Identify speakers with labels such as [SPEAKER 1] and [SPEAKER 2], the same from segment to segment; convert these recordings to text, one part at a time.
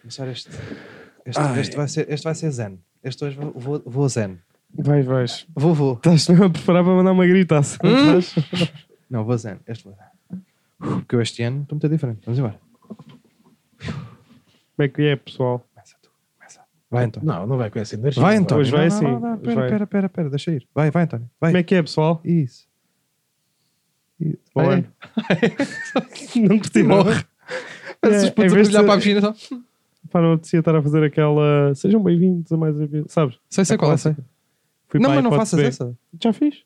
[SPEAKER 1] Começar este. Este,
[SPEAKER 2] Ai.
[SPEAKER 1] este vai ser, este vai ser zen. Este hoje vou, vou, vou zen.
[SPEAKER 2] Vais, vais.
[SPEAKER 1] Vou, vou. Hum?
[SPEAKER 2] Estás mesmo a preparar para mandar uma assim, gritação. estás?
[SPEAKER 1] Não, vou zen. Este vou zen. Porque eu este ano estou muito diferente. Vamos embora.
[SPEAKER 2] Como é que é, pessoal?
[SPEAKER 1] Começa tu. Começa. Vai, António.
[SPEAKER 3] Não, não vai então. com essa energia.
[SPEAKER 1] Vai, António.
[SPEAKER 2] Hoje
[SPEAKER 1] Não,
[SPEAKER 2] vai
[SPEAKER 1] não,
[SPEAKER 2] assim.
[SPEAKER 1] não, não,
[SPEAKER 2] Hoje
[SPEAKER 1] Pera,
[SPEAKER 2] vai.
[SPEAKER 1] pera, pera, pera. Deixa ir. Vai, vai, António. Vai.
[SPEAKER 2] Como é que é, pessoal?
[SPEAKER 1] Isso. Isso.
[SPEAKER 2] Bom
[SPEAKER 1] Vai.
[SPEAKER 2] ano. não curti nada.
[SPEAKER 3] Morre. Parece
[SPEAKER 2] É,
[SPEAKER 3] os
[SPEAKER 2] em
[SPEAKER 3] putos a
[SPEAKER 2] vez
[SPEAKER 3] mergulhar
[SPEAKER 2] de-
[SPEAKER 3] para a piscina. só.
[SPEAKER 2] Pá, não apetecia estar a fazer aquela. Sejam bem-vindos a mais um vídeo. Sabes?
[SPEAKER 3] Sei, sei qual é.
[SPEAKER 1] Sei.
[SPEAKER 3] sei.
[SPEAKER 2] Fui
[SPEAKER 1] Não,
[SPEAKER 2] para
[SPEAKER 1] mas
[SPEAKER 2] a
[SPEAKER 1] não
[SPEAKER 2] iPod
[SPEAKER 1] faças
[SPEAKER 2] TV.
[SPEAKER 1] essa.
[SPEAKER 2] Já fiz.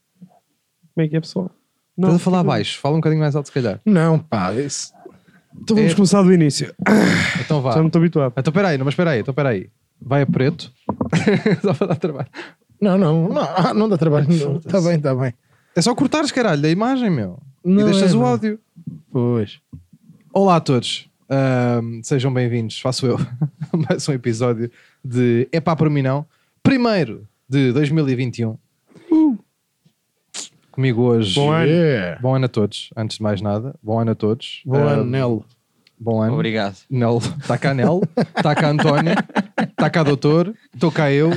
[SPEAKER 2] Como é que é, pessoal? Não,
[SPEAKER 1] Estás a falar
[SPEAKER 2] fica-
[SPEAKER 1] baixo. Fala um bocadinho mais alto, se calhar.
[SPEAKER 3] Não, pá. Isso.
[SPEAKER 2] Então vamos
[SPEAKER 1] É-
[SPEAKER 2] começar do início.
[SPEAKER 1] Então vá.
[SPEAKER 2] Já não estou habituado.
[SPEAKER 1] Então peraí, não, mas peraí, então peraí. Vai a preto. só para dar trabalho.
[SPEAKER 3] Não, não, não, ah, não dá trabalho. Está bem, está bem.
[SPEAKER 1] É só cortares, caralho, da imagem, meu. e
[SPEAKER 3] Não
[SPEAKER 1] deixas
[SPEAKER 3] é,
[SPEAKER 1] o
[SPEAKER 3] não.
[SPEAKER 1] áudio.
[SPEAKER 3] Pois.
[SPEAKER 1] Olá a todos. Ahm, sejam bem-vindos, faço eu, a mais um episódio de É Pá Para Mim Não. Primeiro de 2021.
[SPEAKER 3] Uh.
[SPEAKER 1] Comigo hoje.
[SPEAKER 2] Bom ano.
[SPEAKER 3] Yeah.
[SPEAKER 1] Bom ano a todos, antes de mais nada. Bom ano a todos.
[SPEAKER 3] Bom
[SPEAKER 1] Ahm,
[SPEAKER 3] ano, Nel.
[SPEAKER 1] Bom ano.
[SPEAKER 4] Obrigado.
[SPEAKER 1] Nel, está cá Nel, está cá António, está cá Doutor, estou cá eu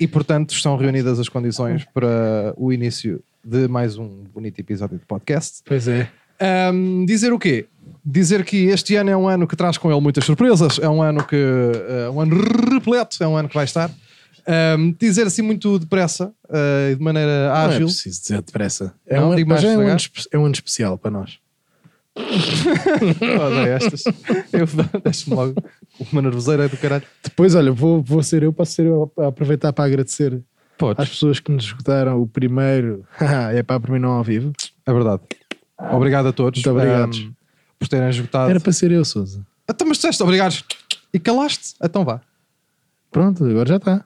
[SPEAKER 1] e, portanto, estão reunidas as condições para o início de mais um bonito episódio de podcast.
[SPEAKER 3] Pois é.
[SPEAKER 1] Ahm, dizer o quê? Dizer que este ano é um ano que traz com ele muitas surpresas, é um ano que é um ano repleto, é um ano que vai estar. Ahm, dizer assim muito depressa ah, e de maneira
[SPEAKER 3] Não é
[SPEAKER 1] ágil.
[SPEAKER 3] preciso dizer depressa. É,
[SPEAKER 1] Não,
[SPEAKER 3] um, ano,
[SPEAKER 1] digo
[SPEAKER 3] mas
[SPEAKER 1] mais
[SPEAKER 3] é, um ano,
[SPEAKER 1] devagar.
[SPEAKER 3] espe- é um ano especial para nós.
[SPEAKER 1] Olha estas. Eu deixo-me logo uma nervoseira do caralho.
[SPEAKER 3] Depois, olha, vou, vou ser eu, posso ser eu a aproveitar para agradecer às
[SPEAKER 1] Podes.
[SPEAKER 3] pessoas que nos escutaram o primeiro. é pá, para mim não ao vivo.
[SPEAKER 1] É verdade. Obrigado a todos.
[SPEAKER 3] Muito obrigados.
[SPEAKER 1] ahm, por terem esgotado.
[SPEAKER 3] Era para ser eu, Souza.
[SPEAKER 1] Então, mas disseste obrigado e calaste. Então vá.
[SPEAKER 3] Pronto, agora já está.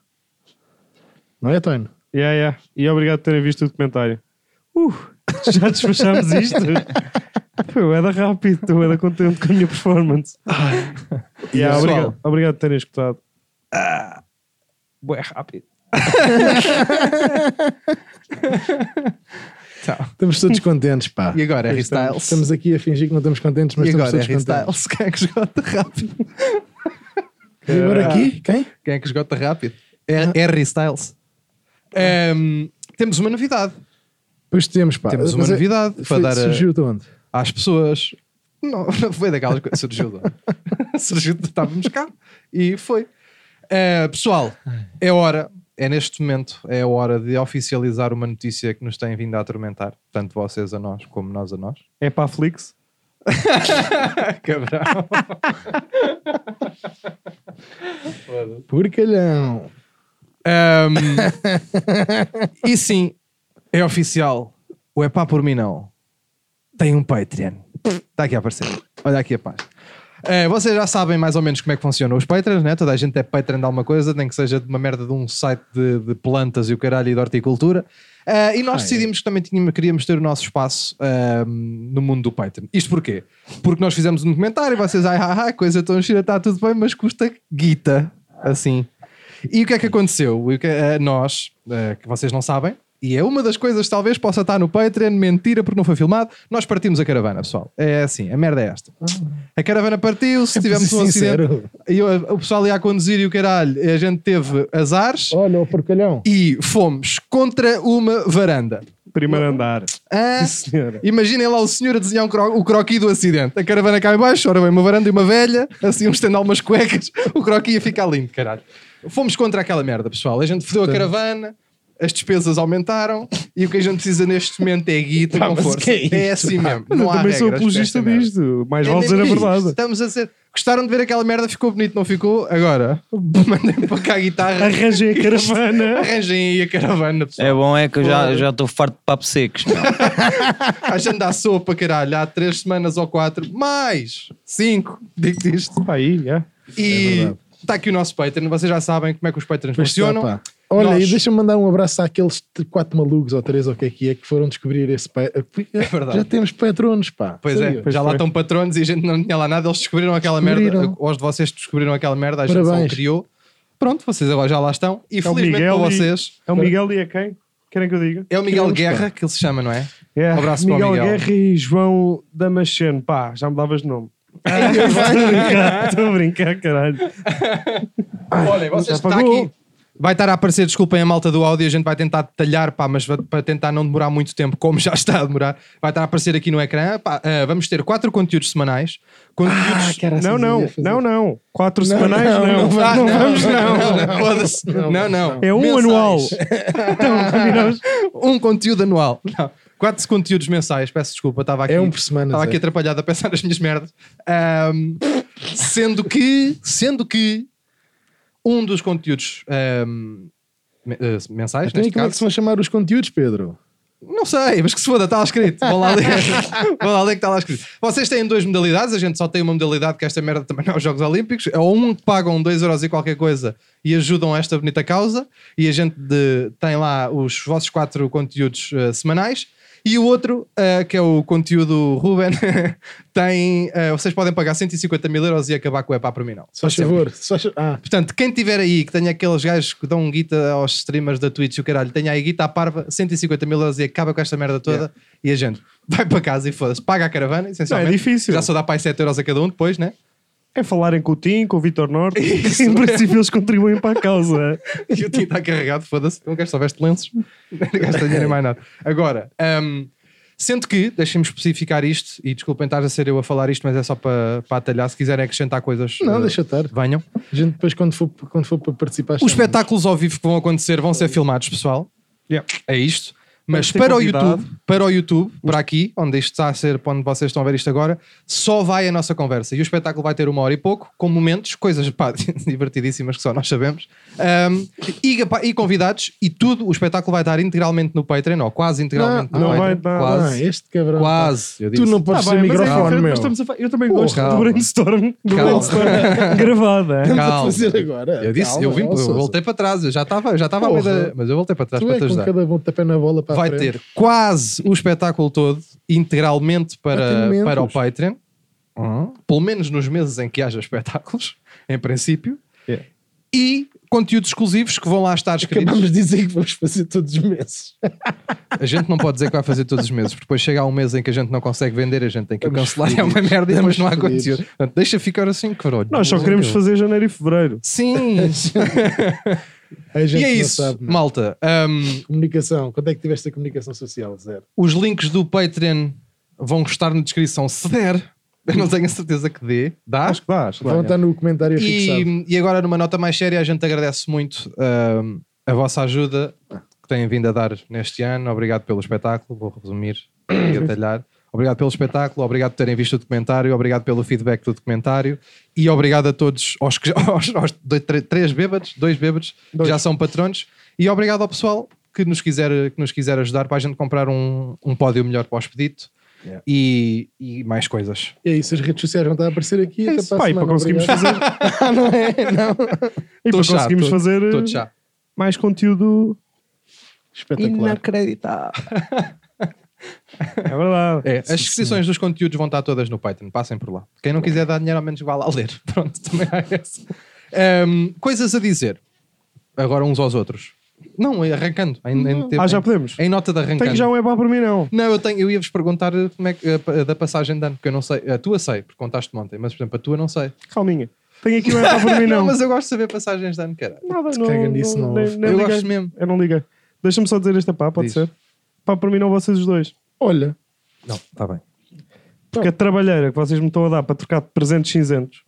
[SPEAKER 3] Não é, Tony?
[SPEAKER 2] Yeah, yeah. E obrigado por terem visto o documentário. Uh, já despachámos isto? Foi era rápido, estou era contente com a minha performance.
[SPEAKER 1] pessoal?
[SPEAKER 2] Yeah,
[SPEAKER 1] Ah.
[SPEAKER 2] obrigado, obrigado por terem escutado.
[SPEAKER 1] Bué rápido.
[SPEAKER 3] Estamos todos contentes, pá.
[SPEAKER 1] E agora, Harry
[SPEAKER 3] Estamos,
[SPEAKER 1] Styles?
[SPEAKER 3] estamos aqui a fingir que não estamos contentes, mas
[SPEAKER 1] e
[SPEAKER 3] estamos
[SPEAKER 1] agora, Harry
[SPEAKER 3] todos contentes.
[SPEAKER 1] Styles? Quem é que esgota rápido?
[SPEAKER 3] E agora aqui? Quem?
[SPEAKER 1] Quem é que esgota rápido? É
[SPEAKER 3] Ah.
[SPEAKER 1] Harry Styles. Ehm, temos uma novidade
[SPEAKER 3] Pois temos, pá.
[SPEAKER 1] Temos uma
[SPEAKER 3] Mas é-
[SPEAKER 1] novidade para
[SPEAKER 3] foi-
[SPEAKER 1] dar a-
[SPEAKER 3] Surgiu de onde?
[SPEAKER 1] às pessoas. Não, foi daquelas coisas. Surgiu do. Surgiu de. Estávamos cá e foi. Eh, pessoal, é hora, é neste momento, é a hora de oficializar uma notícia que nos tem vindo a atormentar, tanto vocês a nós como nós a nós.
[SPEAKER 2] É para a Flix?
[SPEAKER 1] Cabrão.
[SPEAKER 3] Porcalhão.
[SPEAKER 1] Um, Ehm, e sim, é oficial. O é pá por mim não. Tem um Patreon. Está aqui a aparecer. Olha aqui a paz. É, vocês já sabem mais ou menos como é que funcionam os Patreons, né? Toda a gente é Patreon de alguma coisa, nem que seja de uma merda de um site de, de plantas e o caralho e de horticultura. Eh, e nós decidimos que também tínhamos, queríamos ter o nosso espaço ehm, no mundo do Patreon. Isto porquê? Porque nós fizemos um comentário e vocês, ai, ai, ai, coisa tão gira, está tudo bem, mas custa guita. Assim. E o que é que aconteceu? O que- eh, nós, eh, que vocês não sabem, e é uma das coisas que talvez possa estar no Patreon, mentira porque não foi filmado, nós partimos a caravana, pessoal. É assim, a merda é esta. A caravana partiu, se tivemos um
[SPEAKER 3] sincero.
[SPEAKER 1] acidente, e o o pessoal ia a conduzir e o caralho, a gente teve azares
[SPEAKER 3] Olha, o porcalhão.
[SPEAKER 1] e fomos contra uma varanda.
[SPEAKER 2] Primeiro andar.
[SPEAKER 1] Hã?
[SPEAKER 2] Sim, senhora.
[SPEAKER 1] Imaginem lá o senhor a desenhar um cro- o croqui do acidente. A caravana cá em baixo, ora bem, uma varanda e uma velha, assim, um estendal, umas cuecas. O croqui ia ficar lindo, caralho. Fomos contra aquela merda, pessoal. A gente fodeu a caravana, as despesas aumentaram e o que a gente precisa neste momento é guita com
[SPEAKER 3] mas
[SPEAKER 1] força.
[SPEAKER 3] que é isto?
[SPEAKER 1] É, assim mesmo. Não
[SPEAKER 2] eu
[SPEAKER 1] há
[SPEAKER 2] também sou
[SPEAKER 1] regras para esta
[SPEAKER 2] apologista
[SPEAKER 1] merda.
[SPEAKER 2] disto. Mais
[SPEAKER 1] É
[SPEAKER 2] vale dizer a
[SPEAKER 1] mesmo
[SPEAKER 2] verdade.
[SPEAKER 1] isto. Estamos a dizer. Gostaram de ver aquela merda? Ficou bonito, não ficou? Agora, mandem para cá a guitarra.
[SPEAKER 2] Arranjem a caravana.
[SPEAKER 1] Arranjem aí a caravana, pessoal.
[SPEAKER 4] É bom é que eu já já estou farto de papos secos. meu.
[SPEAKER 1] A gente dá sopa, caralho, há três semanas ou quatro, mais cinco, digo-te isto.
[SPEAKER 2] Aí, é. yeah.
[SPEAKER 1] E está aqui o nosso Patreon, vocês já sabem como é que os Patreons
[SPEAKER 2] tá,
[SPEAKER 3] Pois está,
[SPEAKER 1] funcionam.
[SPEAKER 3] pá. Olha,
[SPEAKER 1] Nós-
[SPEAKER 3] e deixa-me mandar um abraço àqueles t- quatro malucos ou três ou o que é que é que foram descobrir esse pa... É
[SPEAKER 1] verdade.
[SPEAKER 3] Já temos patronos, pá.
[SPEAKER 1] Pois é,
[SPEAKER 3] Sério.
[SPEAKER 1] já lá
[SPEAKER 2] foi.
[SPEAKER 1] estão patronos e a gente não tinha lá nada, eles descobriram aquela merda,
[SPEAKER 3] Descobriram.
[SPEAKER 1] os de vocês descobriram aquela merda, a gente só o
[SPEAKER 3] Parabéns.
[SPEAKER 1] criou. Pronto, vocês agora já lá estão. E
[SPEAKER 2] É o
[SPEAKER 1] felizmente
[SPEAKER 2] Miguel
[SPEAKER 1] para
[SPEAKER 2] e-
[SPEAKER 1] vocês,
[SPEAKER 2] É o Miguel e a quem? Querem que eu diga?
[SPEAKER 1] é o Miguel
[SPEAKER 3] Queremos,
[SPEAKER 1] Guerra, que ele se chama, não é?
[SPEAKER 2] Yeah.
[SPEAKER 1] Abraço para o
[SPEAKER 2] Miguel
[SPEAKER 1] Miguel.
[SPEAKER 2] Guerra e João Damasceno. Pá, já me davas nome.
[SPEAKER 1] É
[SPEAKER 2] Estou a brincar, estou a brincar, caralho.
[SPEAKER 1] Olhem, vocês
[SPEAKER 2] já
[SPEAKER 1] está
[SPEAKER 2] pagou.
[SPEAKER 1] aqui. Vai estar a aparecer, desculpem a malta do áudio, a gente vai tentar detalhar, pá, mas va- para tentar não demorar muito tempo, como já está a demorar, vai estar a aparecer aqui no ecrã. Pá, ah, vamos ter quatro conteúdos semanais. Conteúdos.
[SPEAKER 2] Não, não, não, não. Quatro
[SPEAKER 3] Não,
[SPEAKER 2] semanais,
[SPEAKER 3] não,
[SPEAKER 2] Ah, não.
[SPEAKER 3] não
[SPEAKER 1] Ah,
[SPEAKER 2] Não vamos, não.
[SPEAKER 1] Foda-se. Não, não.
[SPEAKER 2] É um
[SPEAKER 1] Mensais.
[SPEAKER 2] anual. Então, combinamos.
[SPEAKER 1] Um conteúdo anual. Não. Quatro conteúdos mensais, peço desculpa, estava aqui.
[SPEAKER 3] É um por semana,
[SPEAKER 1] Estava
[SPEAKER 3] Zé.
[SPEAKER 1] aqui atrapalhado a pensar nas minhas merdas. Ahm, sendo que, sendo que, um dos conteúdos ahm, me- eh, mensais,
[SPEAKER 3] Então, e
[SPEAKER 1] neste
[SPEAKER 3] como é
[SPEAKER 1] caso,
[SPEAKER 3] que se vão chamar os conteúdos, Pedro?
[SPEAKER 1] Não sei, mas que se foda, está lá escrito. Vão lá ler. Vão lá ler que está lá escrito. Vocês têm duas modalidades, a gente só tem uma modalidade que esta merda também não é os Jogos Olímpicos. É um que pagam 2 euros e qualquer coisa e ajudam a esta bonita causa. E a gente de- tem lá os vossos quatro conteúdos eh, semanais. E o outro, eh, que é o conteúdo Ruben, tem. eh, vocês podem pagar 150 mil euros e acabar com o EPA para mim, não.
[SPEAKER 3] Só
[SPEAKER 1] Sempre.
[SPEAKER 3] favor. Só... cha- Ah,
[SPEAKER 1] Portanto, quem tiver aí, que tenha aqueles gajos que dão guita aos streamers da Twitch e o caralho, tenha aí guita à parva, 150 mil euros e acaba com esta merda toda e a gente vai para casa e foda-se, paga a caravana, essencialmente.
[SPEAKER 2] Não, é difícil.
[SPEAKER 1] Já só dá para aí 7 euros a cada um depois, né?
[SPEAKER 2] É falarem com o Tim, com o Vitor Norte. Em princípio, eles contribuem para a causa.
[SPEAKER 1] E o Tim está carregado, foda-se, não gajo só veste lenços, não gasta dinheiro em mais nada. Agora, hum, sendo que, deixem-me especificar isto, e desculpem estar a ser eu a falar isto, mas é só para, para atalhar, se quiserem acrescentar coisas,
[SPEAKER 3] não,
[SPEAKER 1] eh,
[SPEAKER 3] deixa estar.
[SPEAKER 1] venham.
[SPEAKER 3] A gente depois, quando for, quando for para participar,
[SPEAKER 1] Os
[SPEAKER 3] chama.
[SPEAKER 1] espetáculos ao vivo que vão acontecer vão ser filmados, pessoal.
[SPEAKER 2] Yeah.
[SPEAKER 1] É isto. Mas
[SPEAKER 2] ter
[SPEAKER 1] para o
[SPEAKER 2] convidado.
[SPEAKER 1] YouTube, para o YouTube, para aqui, onde isto está a ser, para onde vocês estão a ver isto agora, só vai a nossa conversa. E o espetáculo vai ter uma hora e pouco, com momentos, coisas pá, divertidíssimas que só nós sabemos, Ahm, e, pá, e convidados, e tudo. O espetáculo vai estar integralmente no Patreon, ou quase integralmente
[SPEAKER 3] Não,
[SPEAKER 1] no
[SPEAKER 2] não vai
[SPEAKER 1] Patreon.
[SPEAKER 2] dar.
[SPEAKER 1] Quase.
[SPEAKER 3] Ah, este cabrão.
[SPEAKER 1] quase. Eu
[SPEAKER 3] Tu
[SPEAKER 1] disse.
[SPEAKER 3] não podes ter
[SPEAKER 2] mas é
[SPEAKER 3] microfone,
[SPEAKER 2] diferente,
[SPEAKER 3] meu.
[SPEAKER 2] nós estamos a fa- Eu também
[SPEAKER 1] Pô,
[SPEAKER 2] gosto
[SPEAKER 1] calma.
[SPEAKER 2] do brainstorm, do
[SPEAKER 1] Calma.
[SPEAKER 2] brainstorm gravado. é?
[SPEAKER 3] Estamos
[SPEAKER 1] Calma.
[SPEAKER 3] a fazer agora.
[SPEAKER 1] Eu disse,
[SPEAKER 3] Calma,
[SPEAKER 1] eu vim,
[SPEAKER 3] ó, Sousa.
[SPEAKER 1] eu voltei para trás, eu já estava, eu já estava à
[SPEAKER 3] Porra.
[SPEAKER 1] beira, mas eu voltei para trás
[SPEAKER 3] Tu
[SPEAKER 1] para
[SPEAKER 3] é
[SPEAKER 1] te
[SPEAKER 3] com
[SPEAKER 1] ajudar.
[SPEAKER 3] cada pontapé na bola para a
[SPEAKER 1] vai
[SPEAKER 3] frente.
[SPEAKER 1] ter quase o espetáculo todo integralmente
[SPEAKER 3] Vai ter
[SPEAKER 1] para,
[SPEAKER 3] momentos.
[SPEAKER 1] para o Patreon. Hum? Pelo menos nos meses em que haja espetáculos, em princípio.
[SPEAKER 2] Yeah.
[SPEAKER 1] E conteúdos exclusivos que vão lá estar escritos.
[SPEAKER 3] Acabamos de dizer que vamos fazer todos os meses.
[SPEAKER 1] A gente não pode dizer que vai fazer todos os meses, porque depois chega a um mês em que a gente não consegue vender, a gente tem que o cancelar e é uma merda e depois não há
[SPEAKER 3] fodidos.
[SPEAKER 1] conteúdo. Portanto, deixa ficar assim, caralho.
[SPEAKER 2] Nós só queremos fazer janeiro e fevereiro.
[SPEAKER 1] Sim,
[SPEAKER 3] A gente
[SPEAKER 1] e é
[SPEAKER 3] não
[SPEAKER 1] isso,
[SPEAKER 3] sabe, meu.
[SPEAKER 1] malta. hum,
[SPEAKER 3] Comunicação. Quando é que tiveste a comunicação social? Zero.
[SPEAKER 1] Os links do Patreon vão estar na descrição se der. Eu não tenho a certeza que dê. Dá?
[SPEAKER 2] Acho que dá, acho que dá. é.
[SPEAKER 3] Vão estar no comentário fixado.
[SPEAKER 1] E, e agora, numa nota mais séria, a gente agradece muito hum, a vossa ajuda que têm vindo a dar neste ano. Obrigado pelo espetáculo. Vou resumir e detalhar. Obrigado pelo espetáculo, obrigado por terem visto o documentário, obrigado pelo feedback do documentário e obrigado a todos, aos, que- aos- aos dois- tre- três bêbados, dois bêbados, que
[SPEAKER 2] Dois.
[SPEAKER 1] já são patronos, e obrigado ao pessoal que nos quiser, que nos quiser ajudar para a gente comprar um, um pódio melhor para o expedito
[SPEAKER 3] Yeah.
[SPEAKER 1] e, e mais coisas.
[SPEAKER 3] E é isso, as redes sociais vão estar a aparecer aqui.
[SPEAKER 2] É
[SPEAKER 3] até
[SPEAKER 2] isso,
[SPEAKER 3] para a
[SPEAKER 2] pá, e
[SPEAKER 3] semana,
[SPEAKER 2] para conseguirmos
[SPEAKER 3] obrigado.
[SPEAKER 2] fazer.
[SPEAKER 3] não é? Não.
[SPEAKER 2] E para
[SPEAKER 1] Tô chato,
[SPEAKER 2] conseguirmos
[SPEAKER 1] tô-
[SPEAKER 2] fazer eh,
[SPEAKER 1] Todos já.
[SPEAKER 2] mais conteúdo.
[SPEAKER 3] Espetacular.
[SPEAKER 4] Inacreditável.
[SPEAKER 2] É verdade.
[SPEAKER 1] É, as descrições dos conteúdos vão estar todas no Python, passem por lá. Quem não quiser dar dinheiro, ao menos vá lá ler. Pronto, também há essa. Ahm, coisas a dizer. Agora uns aos outros. Não, é arrancando. Em, em tempo-
[SPEAKER 2] Ah, já
[SPEAKER 1] em-
[SPEAKER 2] podemos?
[SPEAKER 1] Em nota de
[SPEAKER 2] Tenho
[SPEAKER 1] arrancando.
[SPEAKER 2] já um epá para mim, não.
[SPEAKER 1] Não, eu, tenho, eu ia-vos perguntar como é que, eh, pa- da passagem de ano, porque eu não sei. A tua sei, porque contaste-me ontem, mas por exemplo, a tua não sei.
[SPEAKER 2] Calminha. Tenho aqui um epá para mim, não.
[SPEAKER 1] mas eu gosto de saber passagens de ano, cara.
[SPEAKER 2] Nada, não.
[SPEAKER 3] caga nisso, não
[SPEAKER 2] nem-
[SPEAKER 3] ouve.
[SPEAKER 2] nem
[SPEAKER 1] Eu
[SPEAKER 2] liguei.
[SPEAKER 1] gosto mesmo.
[SPEAKER 2] Eu não liguei. Deixa-me só dizer esta pá, pode
[SPEAKER 1] Diz.
[SPEAKER 2] ser? Pá para mim, não vocês os dois.
[SPEAKER 3] Olha,
[SPEAKER 1] Não,
[SPEAKER 2] tá
[SPEAKER 1] está bem.
[SPEAKER 2] Porque a trabalheira que vocês me estão a dar para trocar de presentes cinzentos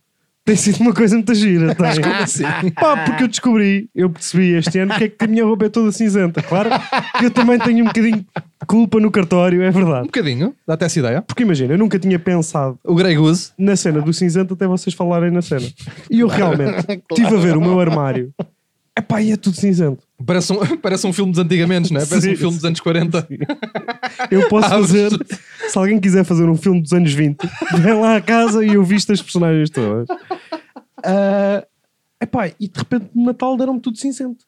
[SPEAKER 2] tem sido uma coisa muito gira. Tem. Pá, porque eu descobri, eu percebi este ano que é que a minha roupa é toda cinzenta. Claro que eu também tenho um bocadinho de culpa no cartório, é
[SPEAKER 1] Um
[SPEAKER 2] verdade.
[SPEAKER 1] bocadinho, dá até essa ideia.
[SPEAKER 2] Porque imagina, eu nunca tinha pensado
[SPEAKER 1] O Grey Goose.
[SPEAKER 2] na cena do cinzento até vocês falarem na cena. E eu realmente estive a ver o meu armário. Epá, e é tudo cinzento.
[SPEAKER 1] Parece um, parece um filme dos antigamente, não é? Parece um
[SPEAKER 2] Sim.
[SPEAKER 1] filme dos anos 40.
[SPEAKER 2] Eu posso
[SPEAKER 1] Ah, mas-
[SPEAKER 2] fazer, se alguém quiser fazer um filme dos anos 20, vem lá a casa e eu visto as personagens todas. Ah, epá, e de repente no Natal deram-me tudo cinzento.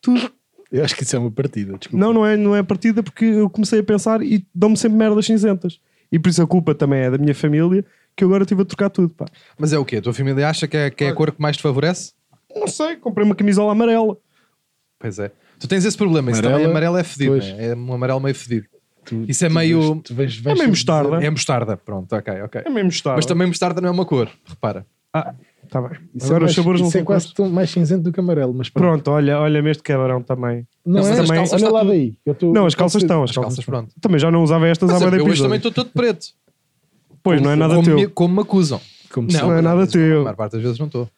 [SPEAKER 2] Tudo.
[SPEAKER 3] eu acho que isso é uma partida. Desculpa.
[SPEAKER 2] Não, não é, não é partida porque eu comecei a pensar e dão-me sempre merdas cinzentas. E por isso a culpa também é da minha família que eu agora estive a trocar tudo. Pá.
[SPEAKER 1] Mas é o quê? A tua família acha que é, que é a cor que mais te favorece?
[SPEAKER 2] Não sei, comprei uma camisola amarela.
[SPEAKER 1] Pois é. Tu tens esse problema. Isso
[SPEAKER 3] Amarela,
[SPEAKER 1] também amarelo é fedido.
[SPEAKER 3] pois.
[SPEAKER 1] né? É um amarelo meio fedido.
[SPEAKER 3] Tu-
[SPEAKER 1] Isso é
[SPEAKER 3] tu
[SPEAKER 1] meio-
[SPEAKER 3] vens- tu vens-
[SPEAKER 2] É
[SPEAKER 3] vens-
[SPEAKER 2] meio mostarda.
[SPEAKER 1] É mostarda, pronto, ok, ok.
[SPEAKER 2] É meio mostarda.
[SPEAKER 1] Mas também mostarda não é uma cor, repara.
[SPEAKER 2] Ah, tá bem.
[SPEAKER 3] isso é
[SPEAKER 2] Agora
[SPEAKER 3] mais-
[SPEAKER 2] os sabores não
[SPEAKER 3] isso é
[SPEAKER 2] são
[SPEAKER 3] quase
[SPEAKER 2] quase...
[SPEAKER 3] tão mais cinzento do que amarelo, mas pronto.
[SPEAKER 2] Pronto, olha, olha-me este cabarão também.
[SPEAKER 3] Não,
[SPEAKER 1] Mas
[SPEAKER 3] é?
[SPEAKER 1] as
[SPEAKER 3] Também,
[SPEAKER 1] calças
[SPEAKER 3] olha
[SPEAKER 1] está
[SPEAKER 3] lá
[SPEAKER 1] tudo-
[SPEAKER 3] daí. Eu tô-
[SPEAKER 2] Não, as
[SPEAKER 3] tô-
[SPEAKER 2] calças estão. As
[SPEAKER 1] As
[SPEAKER 2] calças,
[SPEAKER 1] calças, pronto.
[SPEAKER 2] Também já não usava estas há
[SPEAKER 1] Mas,
[SPEAKER 2] bué de
[SPEAKER 1] eu hoje
[SPEAKER 2] episódios.
[SPEAKER 1] também estou todo preto.
[SPEAKER 2] Pois, não é nada
[SPEAKER 1] como
[SPEAKER 2] teu.
[SPEAKER 1] Me, como me acusam.
[SPEAKER 3] Como
[SPEAKER 2] se- Não é
[SPEAKER 1] mas
[SPEAKER 2] nada
[SPEAKER 1] às vezes-
[SPEAKER 2] teu.
[SPEAKER 1] A maior parte das vezes não estou.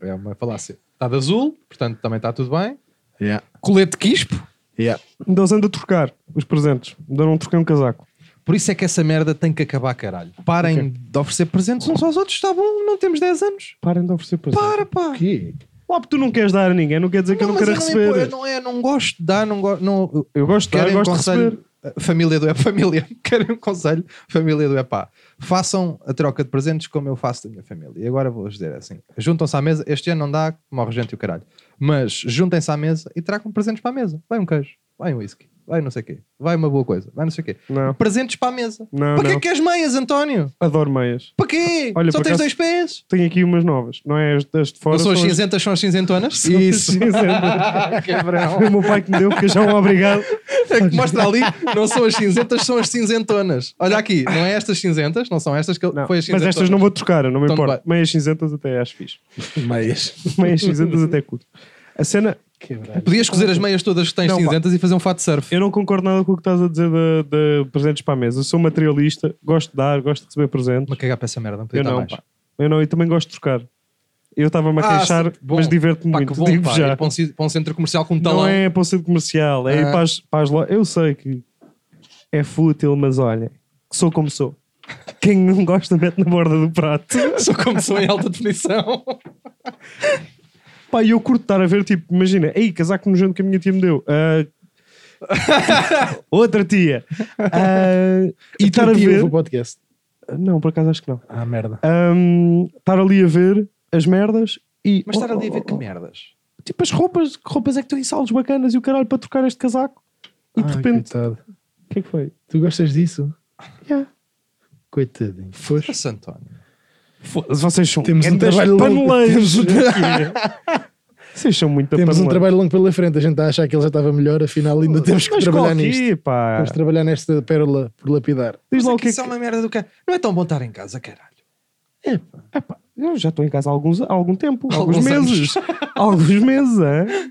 [SPEAKER 1] É uma falácia. Está de azul, portanto também está tudo bem.
[SPEAKER 3] Yeah.
[SPEAKER 1] Colete quispo.
[SPEAKER 3] Yeah.
[SPEAKER 2] Ainda os ando Então, a trocar, os presentes. Ainda não troquei um casaco.
[SPEAKER 1] Por isso é que essa merda tem que acabar, caralho. Parem de oferecer presentes uns aos outros, está bom? Não temos 10 anos.
[SPEAKER 2] Parem de oferecer presentes.
[SPEAKER 1] Para, pá.
[SPEAKER 3] O quê?
[SPEAKER 2] Lá porque tu não queres dar a ninguém, não quer dizer é que eu não
[SPEAKER 1] mas
[SPEAKER 2] quero
[SPEAKER 1] não,
[SPEAKER 2] receber.
[SPEAKER 1] impo- eu não, é, não gosto de dar, não gosto. Não,
[SPEAKER 2] Eu gosto de dar,
[SPEAKER 1] Querem
[SPEAKER 2] gosto
[SPEAKER 1] um
[SPEAKER 2] de
[SPEAKER 1] conselho?
[SPEAKER 2] receber.
[SPEAKER 1] Família do Epá, família. Querem um conselho? Família do Epá. Façam a troca de presentes como eu faço da minha família. E agora vou-vos dizer assim: juntam-se à mesa. Este ano não dá, morre gente e o caralho. Mas juntem-se à mesa e tragam presentes para a mesa. Vai um queijo, vai um whisky, vai não sei o quê, vai uma boa coisa, vai não sei o quê.
[SPEAKER 2] Não.
[SPEAKER 1] Presentes para a mesa.
[SPEAKER 2] Não,
[SPEAKER 1] para que
[SPEAKER 2] não.
[SPEAKER 1] é que queres meias, António?
[SPEAKER 2] Adoro meias.
[SPEAKER 1] Para quê?
[SPEAKER 2] Olha,
[SPEAKER 1] Só
[SPEAKER 2] por
[SPEAKER 1] tens
[SPEAKER 2] acaso-
[SPEAKER 1] dois pés.
[SPEAKER 2] Tenho aqui umas novas. Não é as das de fora.
[SPEAKER 1] Não são as
[SPEAKER 2] são as-
[SPEAKER 1] cinzentas, são as cinzentonas?
[SPEAKER 2] Isso. Foi o meu pai que me deu, porque eu já um obrigado.
[SPEAKER 1] É que mostra ali, não são as cinzentas, são as cinzentonas. Olha aqui, não é estas cinzentas, não são estas que ele-
[SPEAKER 2] Não,
[SPEAKER 1] foi as
[SPEAKER 2] mas
[SPEAKER 1] cinzentonas.
[SPEAKER 2] estas não vou trocar, eu não me
[SPEAKER 1] Então
[SPEAKER 2] importo. Meias cinzentas até acho fixe.
[SPEAKER 3] Meias.
[SPEAKER 2] Meias cinzentas até curto. A cena,
[SPEAKER 3] Quebrado.
[SPEAKER 1] Podias cozer as meias todas que tens
[SPEAKER 2] Não, pá.
[SPEAKER 1] cinzentas e fazer um fato de surf.
[SPEAKER 2] eu não concordo nada com o que estás a dizer de, de presentes para a mesa. Eu sou materialista, gosto de dar, gosto de receber presentes.
[SPEAKER 1] Mas cagar para essa merda, não podia
[SPEAKER 2] Eu
[SPEAKER 1] estar
[SPEAKER 2] não,
[SPEAKER 1] mais.
[SPEAKER 2] pá. Eu não, e também gosto de trocar. Eu estava-me a
[SPEAKER 1] Ah,
[SPEAKER 2] queixar,
[SPEAKER 1] sim, bom.
[SPEAKER 2] mas diverto-me
[SPEAKER 1] Pá,
[SPEAKER 2] muito.
[SPEAKER 1] que bom,
[SPEAKER 2] digo
[SPEAKER 1] pá,
[SPEAKER 2] já.
[SPEAKER 1] ir para um, ci- para um centro comercial com um talão.
[SPEAKER 2] Não é para o centro comercial, é ir
[SPEAKER 1] Ah.
[SPEAKER 2] para as, para as lojas. Eu sei que é fútil, mas olha, sou como sou. Quem não gosta mete na borda do prato.
[SPEAKER 1] Só começou em alta definição.
[SPEAKER 2] Pá, e eu curto estar a ver, tipo, imagina, ei, casaco nojento que a minha tia me deu. Ah, Outra tia. Ah, e estar a ver.
[SPEAKER 3] o podcast.
[SPEAKER 2] Não, por acaso acho que não.
[SPEAKER 3] Ah, merda.
[SPEAKER 2] Ahm, estar ali a ver as merdas e. Oh,
[SPEAKER 1] Mas estar ali a ver que merdas.
[SPEAKER 2] Tipo, as roupas, que roupas é que estão em saldos bacanas e o caralho para trocar este casaco. E de repente.
[SPEAKER 3] Coitado.
[SPEAKER 2] O que é que foi?
[SPEAKER 3] Tu gostas disso?
[SPEAKER 2] Yeah.
[SPEAKER 3] Coitadinho. Pois.
[SPEAKER 1] Nossa, António.
[SPEAKER 2] Foda-se, vocês são
[SPEAKER 3] Temos um
[SPEAKER 2] grandes
[SPEAKER 3] trabalho longo.
[SPEAKER 2] paneleiros.
[SPEAKER 3] Temos um
[SPEAKER 2] Vocês são muito
[SPEAKER 3] Temos um
[SPEAKER 2] paneleiros.
[SPEAKER 3] trabalho longo pela frente. A gente está a achar que ele já estava melhor, afinal ainda temos que
[SPEAKER 2] Mas
[SPEAKER 3] trabalhar
[SPEAKER 2] qual que é,
[SPEAKER 3] nisto.
[SPEAKER 2] pá?
[SPEAKER 1] Ah.
[SPEAKER 3] Vamos trabalhar nesta pérola por lapidar.
[SPEAKER 1] Mas
[SPEAKER 2] Diz lá
[SPEAKER 1] é
[SPEAKER 2] o
[SPEAKER 1] que
[SPEAKER 2] que é
[SPEAKER 1] isso é
[SPEAKER 2] que...
[SPEAKER 1] uma merda do cara. Não é tão bom estar em casa, caralho.
[SPEAKER 2] Epá, eu já estou em casa há, alguns, há algum tempo, há alguns,
[SPEAKER 1] Alguns
[SPEAKER 2] meses. Há alguns meses, é?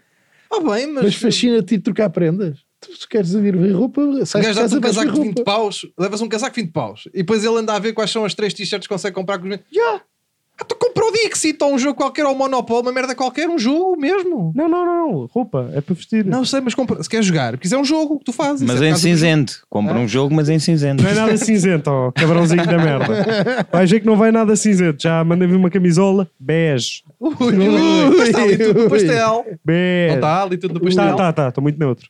[SPEAKER 1] Ah, bem, mas.
[SPEAKER 3] Mas fascina-te ir trocar prendas. Tu se queres ir ver roupa, sais de
[SPEAKER 1] Gajas dá-te um
[SPEAKER 3] casa vais ver
[SPEAKER 1] casaco de 20
[SPEAKER 3] roupa.
[SPEAKER 1] paus, levas um casaco de 20 paus e depois ele anda a ver quais são as três t-shirts que consegue comprar com os meus.
[SPEAKER 2] Já.
[SPEAKER 1] Ah, tu comprou o Dixit ou um jogo qualquer ou um Monopólio, uma merda qualquer, um jogo mesmo.
[SPEAKER 2] Não, não, não, não. Roupa, é para vestir. Não,
[SPEAKER 1] Não sei, mas compra, se quer jogar, porque isso é um jogo que tu fazes.
[SPEAKER 4] Mas
[SPEAKER 1] isso é por
[SPEAKER 4] em
[SPEAKER 1] causa do É? jogo.
[SPEAKER 4] cinzento. Compra um jogo, mas em cinzento.
[SPEAKER 2] é nada cinzento, ó, cabrãozinho da merda. Vais ver que não vai nada cinzento. Já mandei vir uma camisola, bege.
[SPEAKER 1] Ui, ui, mas está ali tudo no pastel. Não
[SPEAKER 2] Bege. Tá,
[SPEAKER 1] está ali tudo no pastel.
[SPEAKER 2] Está, está, está. Estou muito neutro.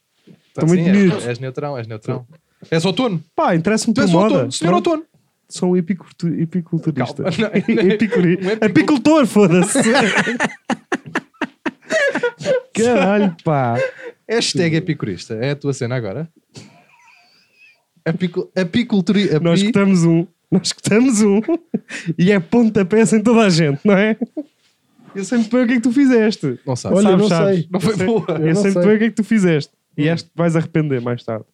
[SPEAKER 1] Tá,
[SPEAKER 2] muito
[SPEAKER 1] sim,
[SPEAKER 2] bonito.
[SPEAKER 1] És, és neutrão, és neutrão. És outono.
[SPEAKER 2] Pá, interessa-me
[SPEAKER 1] Tu
[SPEAKER 2] por
[SPEAKER 1] és
[SPEAKER 2] moda.
[SPEAKER 1] outono. Senhor
[SPEAKER 2] Pronto.
[SPEAKER 1] outono.
[SPEAKER 2] Sou um epicurtu- epiculturista.
[SPEAKER 1] Calma, não, não é-
[SPEAKER 2] Epicuri-
[SPEAKER 1] um epicul-
[SPEAKER 2] Apicultor, foda-se. Caralho, pá.
[SPEAKER 1] Hashtag epicurista. É a tua cena agora. Apicu... Apicultura. Api...
[SPEAKER 2] Nós escutamos um. Nós escutamos um. E é pontapés em toda a gente, não é? Eu sempre te o que é que tu fizeste.
[SPEAKER 1] Não sabes.
[SPEAKER 3] Olha,
[SPEAKER 2] Sabes,
[SPEAKER 3] não
[SPEAKER 2] sabes.
[SPEAKER 3] sei.
[SPEAKER 1] Não foi boa.
[SPEAKER 2] Eu,
[SPEAKER 3] Eu não
[SPEAKER 2] sempre
[SPEAKER 3] sei.
[SPEAKER 2] te o que é que tu fizeste. E acho que vais arrepender mais tarde.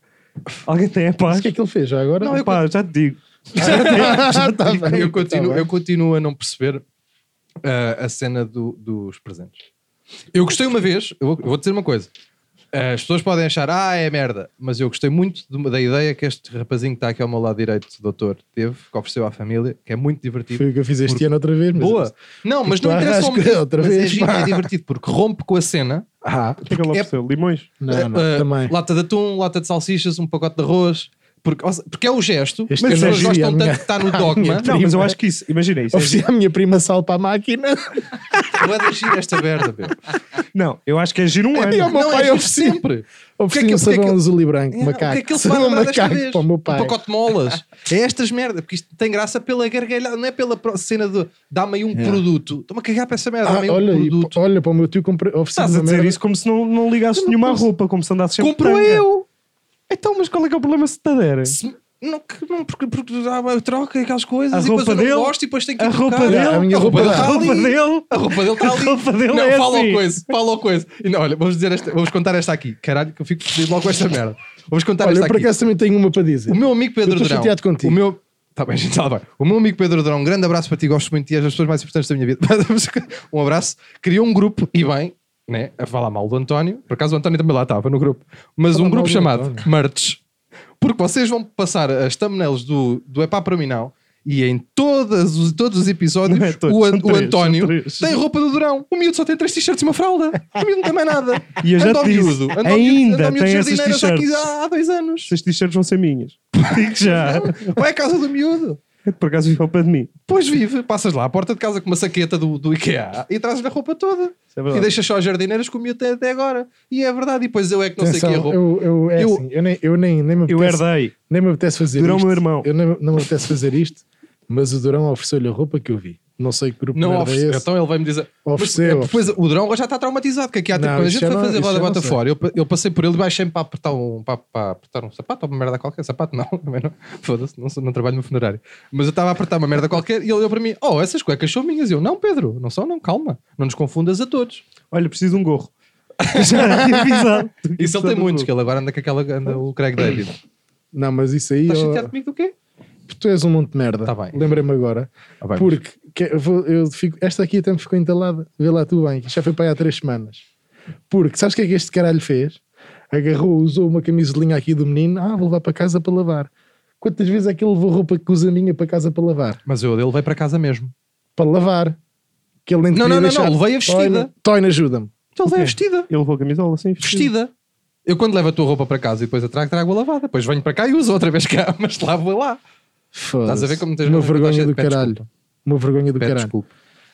[SPEAKER 2] Alguém tem a paz?
[SPEAKER 3] Mas o que é que ele fez já agora?
[SPEAKER 1] Não, eu-
[SPEAKER 2] Pá, já te digo.
[SPEAKER 3] Ah, tá bem.
[SPEAKER 1] Eu continuo,
[SPEAKER 3] Tá bem.
[SPEAKER 1] eu continuo a não perceber ah, a cena do- dos presentes. Eu gostei uma vez, eu vou, eu vou dizer uma coisa. As pessoas podem achar, ah, é merda, mas eu gostei muito de uma- da ideia que este rapazinho que está aqui ao meu lado direito, doutor, teve, que ofereceu à família, que é muito divertido.
[SPEAKER 3] Foi o que eu fiz este ano outra vez. mas-
[SPEAKER 1] Boa! Não, mas não
[SPEAKER 3] Tipo,
[SPEAKER 1] interessa ao
[SPEAKER 3] arrasca
[SPEAKER 1] motivo,
[SPEAKER 3] outra
[SPEAKER 1] mas é,
[SPEAKER 3] vez,
[SPEAKER 1] giro,
[SPEAKER 3] pá.
[SPEAKER 1] é divertido, porque rompe com a cena.
[SPEAKER 3] Ah,
[SPEAKER 2] O que é que ele
[SPEAKER 1] É-
[SPEAKER 2] ofereceu? Limões?
[SPEAKER 3] não, não,
[SPEAKER 1] Ah,
[SPEAKER 3] também.
[SPEAKER 1] Lata de atum, lata de salsichas, um pacote de arroz. Porque, ou seja, porque é o gesto,
[SPEAKER 3] Este
[SPEAKER 1] mas as
[SPEAKER 3] é
[SPEAKER 1] pessoas gostam
[SPEAKER 3] giro, a
[SPEAKER 1] tanto
[SPEAKER 3] minha-
[SPEAKER 1] que está no dogma.
[SPEAKER 2] Não, mas eu acho que isso. Imagina isso. é
[SPEAKER 3] Ofereci à minha prima sal para a máquina.
[SPEAKER 1] Não é de agir esta merda, meu.
[SPEAKER 2] giro. Não, eu acho que é giro um ano.
[SPEAKER 3] E ao meu
[SPEAKER 1] Não,
[SPEAKER 3] pai
[SPEAKER 1] é giro
[SPEAKER 3] ofereci-
[SPEAKER 1] sempre.
[SPEAKER 3] Ofereci
[SPEAKER 1] que-
[SPEAKER 3] um
[SPEAKER 1] o que é que-
[SPEAKER 3] sabão azul e branco,
[SPEAKER 1] É, o
[SPEAKER 3] macaco.
[SPEAKER 1] que é que ele se vai
[SPEAKER 3] sabão
[SPEAKER 1] lembrar desta vez?
[SPEAKER 3] macaco para o meu pai.
[SPEAKER 1] Um pacote de molas. É estas merda, porque isto tem graça pela gargalhada, não é pela pro- cena de dá-me aí um produto. Estou-me a cagar para essa merda,
[SPEAKER 3] Ah,
[SPEAKER 1] dá-me aí um
[SPEAKER 3] olha, e
[SPEAKER 1] produto.
[SPEAKER 3] pa- olha, para o meu tio comprei, ofereci
[SPEAKER 2] Estás a
[SPEAKER 3] uma
[SPEAKER 2] dizer
[SPEAKER 3] merda.
[SPEAKER 2] isso como se não, não ligasses nenhuma à roupa, como se andasses sempre. é.
[SPEAKER 1] Compro
[SPEAKER 2] tanga.
[SPEAKER 1] eu.
[SPEAKER 2] Então, mas qual é que é o problema se te der?
[SPEAKER 1] Se- Não, que- não, porque, porque dá- eu troco aquelas coisas
[SPEAKER 2] A
[SPEAKER 1] e depois
[SPEAKER 2] roupa
[SPEAKER 1] eu não
[SPEAKER 2] dele?
[SPEAKER 1] gosto e depois tenho que
[SPEAKER 2] A
[SPEAKER 1] ir
[SPEAKER 2] roupa
[SPEAKER 1] trocar.
[SPEAKER 2] dele?
[SPEAKER 3] A minha
[SPEAKER 1] a
[SPEAKER 3] roupa
[SPEAKER 1] roupa,
[SPEAKER 3] dele.
[SPEAKER 1] está
[SPEAKER 2] A roupa
[SPEAKER 1] ali.
[SPEAKER 2] dele?
[SPEAKER 1] A roupa dele está
[SPEAKER 2] A
[SPEAKER 1] ali.
[SPEAKER 2] roupa dele
[SPEAKER 1] não,
[SPEAKER 2] é
[SPEAKER 1] fala
[SPEAKER 2] assim.
[SPEAKER 1] coisa, fala coisa. E não, olha, vamos dizer esta, vamos contar esta aqui. Caralho, que eu fico fodido logo com esta merda. Vou-vos contar
[SPEAKER 3] Olha,
[SPEAKER 1] esta
[SPEAKER 3] eu por
[SPEAKER 1] aqui.
[SPEAKER 3] acaso também tenho uma para dizer.
[SPEAKER 1] O meu amigo Pedro
[SPEAKER 3] Eu estou
[SPEAKER 1] Durão.
[SPEAKER 3] chateado contigo.
[SPEAKER 1] O meu... Tá bem, gente, tá bem. O meu amigo Pedro Durão, um grande abraço para ti, gosto muito de ti, és das pessoas mais importantes da minha vida. um abraço. Criou um grupo, e bem, né, a falar mal do António, por acaso o António também lá estava no grupo, mas
[SPEAKER 3] Falar
[SPEAKER 1] um
[SPEAKER 3] mal
[SPEAKER 1] grupo
[SPEAKER 3] do
[SPEAKER 1] chamado
[SPEAKER 3] António.
[SPEAKER 1] Merch. Porque vocês vão passar as thumbnails do, do Epá para mim não, e em todas os, todos os episódios,
[SPEAKER 2] Não é todos,
[SPEAKER 1] o, An-
[SPEAKER 2] são
[SPEAKER 1] o
[SPEAKER 2] três, são
[SPEAKER 1] António
[SPEAKER 2] três.
[SPEAKER 1] tem roupa do Durão. O miúdo só tem três t-shirts e uma fralda. O miúdo não tem mais nada.
[SPEAKER 2] E eu já
[SPEAKER 1] Anda ao
[SPEAKER 2] te disse,
[SPEAKER 1] miúdo. Anda ao miúdo-
[SPEAKER 2] ainda
[SPEAKER 1] anda ao miúdo de
[SPEAKER 2] tem essas
[SPEAKER 1] jardineiras aqui
[SPEAKER 2] t-shirts.
[SPEAKER 1] há- há dois anos.
[SPEAKER 2] Estas t-shirts vão ser minhas. Digo já.
[SPEAKER 1] Vai à é casa do miúdo.
[SPEAKER 2] Por acaso vive ao pé de mim.
[SPEAKER 1] Pois vive, passas lá à porta de casa com uma saqueta do, do IKEA e trazes-lhe a roupa toda.
[SPEAKER 2] Isso é verdade.
[SPEAKER 1] e deixas só as jardineiras com o miúdo até, até agora. E é verdade, e depois eu é que não sei
[SPEAKER 3] Atenção,
[SPEAKER 1] que é a roupa.
[SPEAKER 3] eu, eu, é
[SPEAKER 1] Eu-
[SPEAKER 3] assim, eu nem, eu nem, nem me
[SPEAKER 2] Eu
[SPEAKER 3] apetece,
[SPEAKER 2] herdei.
[SPEAKER 3] nem me apetece fazer
[SPEAKER 2] Durão,
[SPEAKER 3] isto.
[SPEAKER 2] meu irmão.
[SPEAKER 3] Eu nem, não me apetece fazer isto, mas o Durão ofereceu-lhe a roupa que eu vi. Não sei que grupo
[SPEAKER 1] Não
[SPEAKER 3] merda
[SPEAKER 1] ofereceu.
[SPEAKER 3] é esse.
[SPEAKER 1] Então ele vai-me dizer. Mas
[SPEAKER 3] Ofereceu,
[SPEAKER 1] é, depois, o Drão agora já está traumatizado. Que aqui há
[SPEAKER 3] Não,
[SPEAKER 1] tempo, quando a
[SPEAKER 3] isso
[SPEAKER 1] gente
[SPEAKER 3] já
[SPEAKER 1] foi
[SPEAKER 3] não- é-
[SPEAKER 1] fazer
[SPEAKER 3] isso
[SPEAKER 1] roda
[SPEAKER 3] já não
[SPEAKER 1] bota
[SPEAKER 3] sei.
[SPEAKER 1] fora, eu, eu passei por ele e baixei-me para apertar um, para, para apertar um sapato ou uma merda qualquer. Sapato não, também não. Foda-se, não, sou- não trabalho no funerário. Mas eu estava a apertar uma merda qualquer e ele olhou para mim: Oh, essas cuecas são minhas. E eu: Não, Pedro, não são, não, calma. Não nos confundas a todos.
[SPEAKER 2] Olha, preciso de um gorro. Já tinha avisado.
[SPEAKER 1] Isso é ele tem muitos, que
[SPEAKER 2] que
[SPEAKER 1] ele agora anda com aquela anda o Craig David.
[SPEAKER 3] Não, mas isso aí.
[SPEAKER 1] Estás
[SPEAKER 3] ó,
[SPEAKER 1] Tá chateado comigo do quê?
[SPEAKER 3] tu és um monte de merda.
[SPEAKER 1] Tá bem.
[SPEAKER 3] Lembrei-me agora.
[SPEAKER 2] Tá
[SPEAKER 1] Ah, vai,
[SPEAKER 3] porque que- eu vou- eu fico- esta aqui até me ficou entalada. Vê lá tu bem, que já foi para aí há três semanas. Porque sabes o que é que este caralho fez? Agarrou, usou uma camisolinha aqui do menino. Ah, vou levar para casa para lavar. Quantas vezes é que ele levou roupa que usa minha para casa para lavar?
[SPEAKER 1] Mas eu dele vai para casa mesmo.
[SPEAKER 3] Para lavar. Que ele nem
[SPEAKER 1] Não,
[SPEAKER 3] queria
[SPEAKER 1] não, não,
[SPEAKER 3] deixar.
[SPEAKER 1] não, levei-a vestida.
[SPEAKER 3] Toina, Toina, ajuda-me.
[SPEAKER 1] Ele vai vestida.
[SPEAKER 2] Ele levou a camisola assim vestida.
[SPEAKER 1] Vestida. Eu quando levo a tua roupa para casa e depois a trago, trago a lavada. Depois venho para cá e uso outra vez cá, mas lavo lá.
[SPEAKER 3] Estás
[SPEAKER 1] a ver como tens
[SPEAKER 3] uma
[SPEAKER 1] razão,
[SPEAKER 3] vergonha
[SPEAKER 1] Taixa,
[SPEAKER 3] do
[SPEAKER 1] pede
[SPEAKER 3] caralho.
[SPEAKER 1] desculpa.
[SPEAKER 3] Uma vergonha do
[SPEAKER 1] Pede
[SPEAKER 3] caralho.
[SPEAKER 1] desculpa.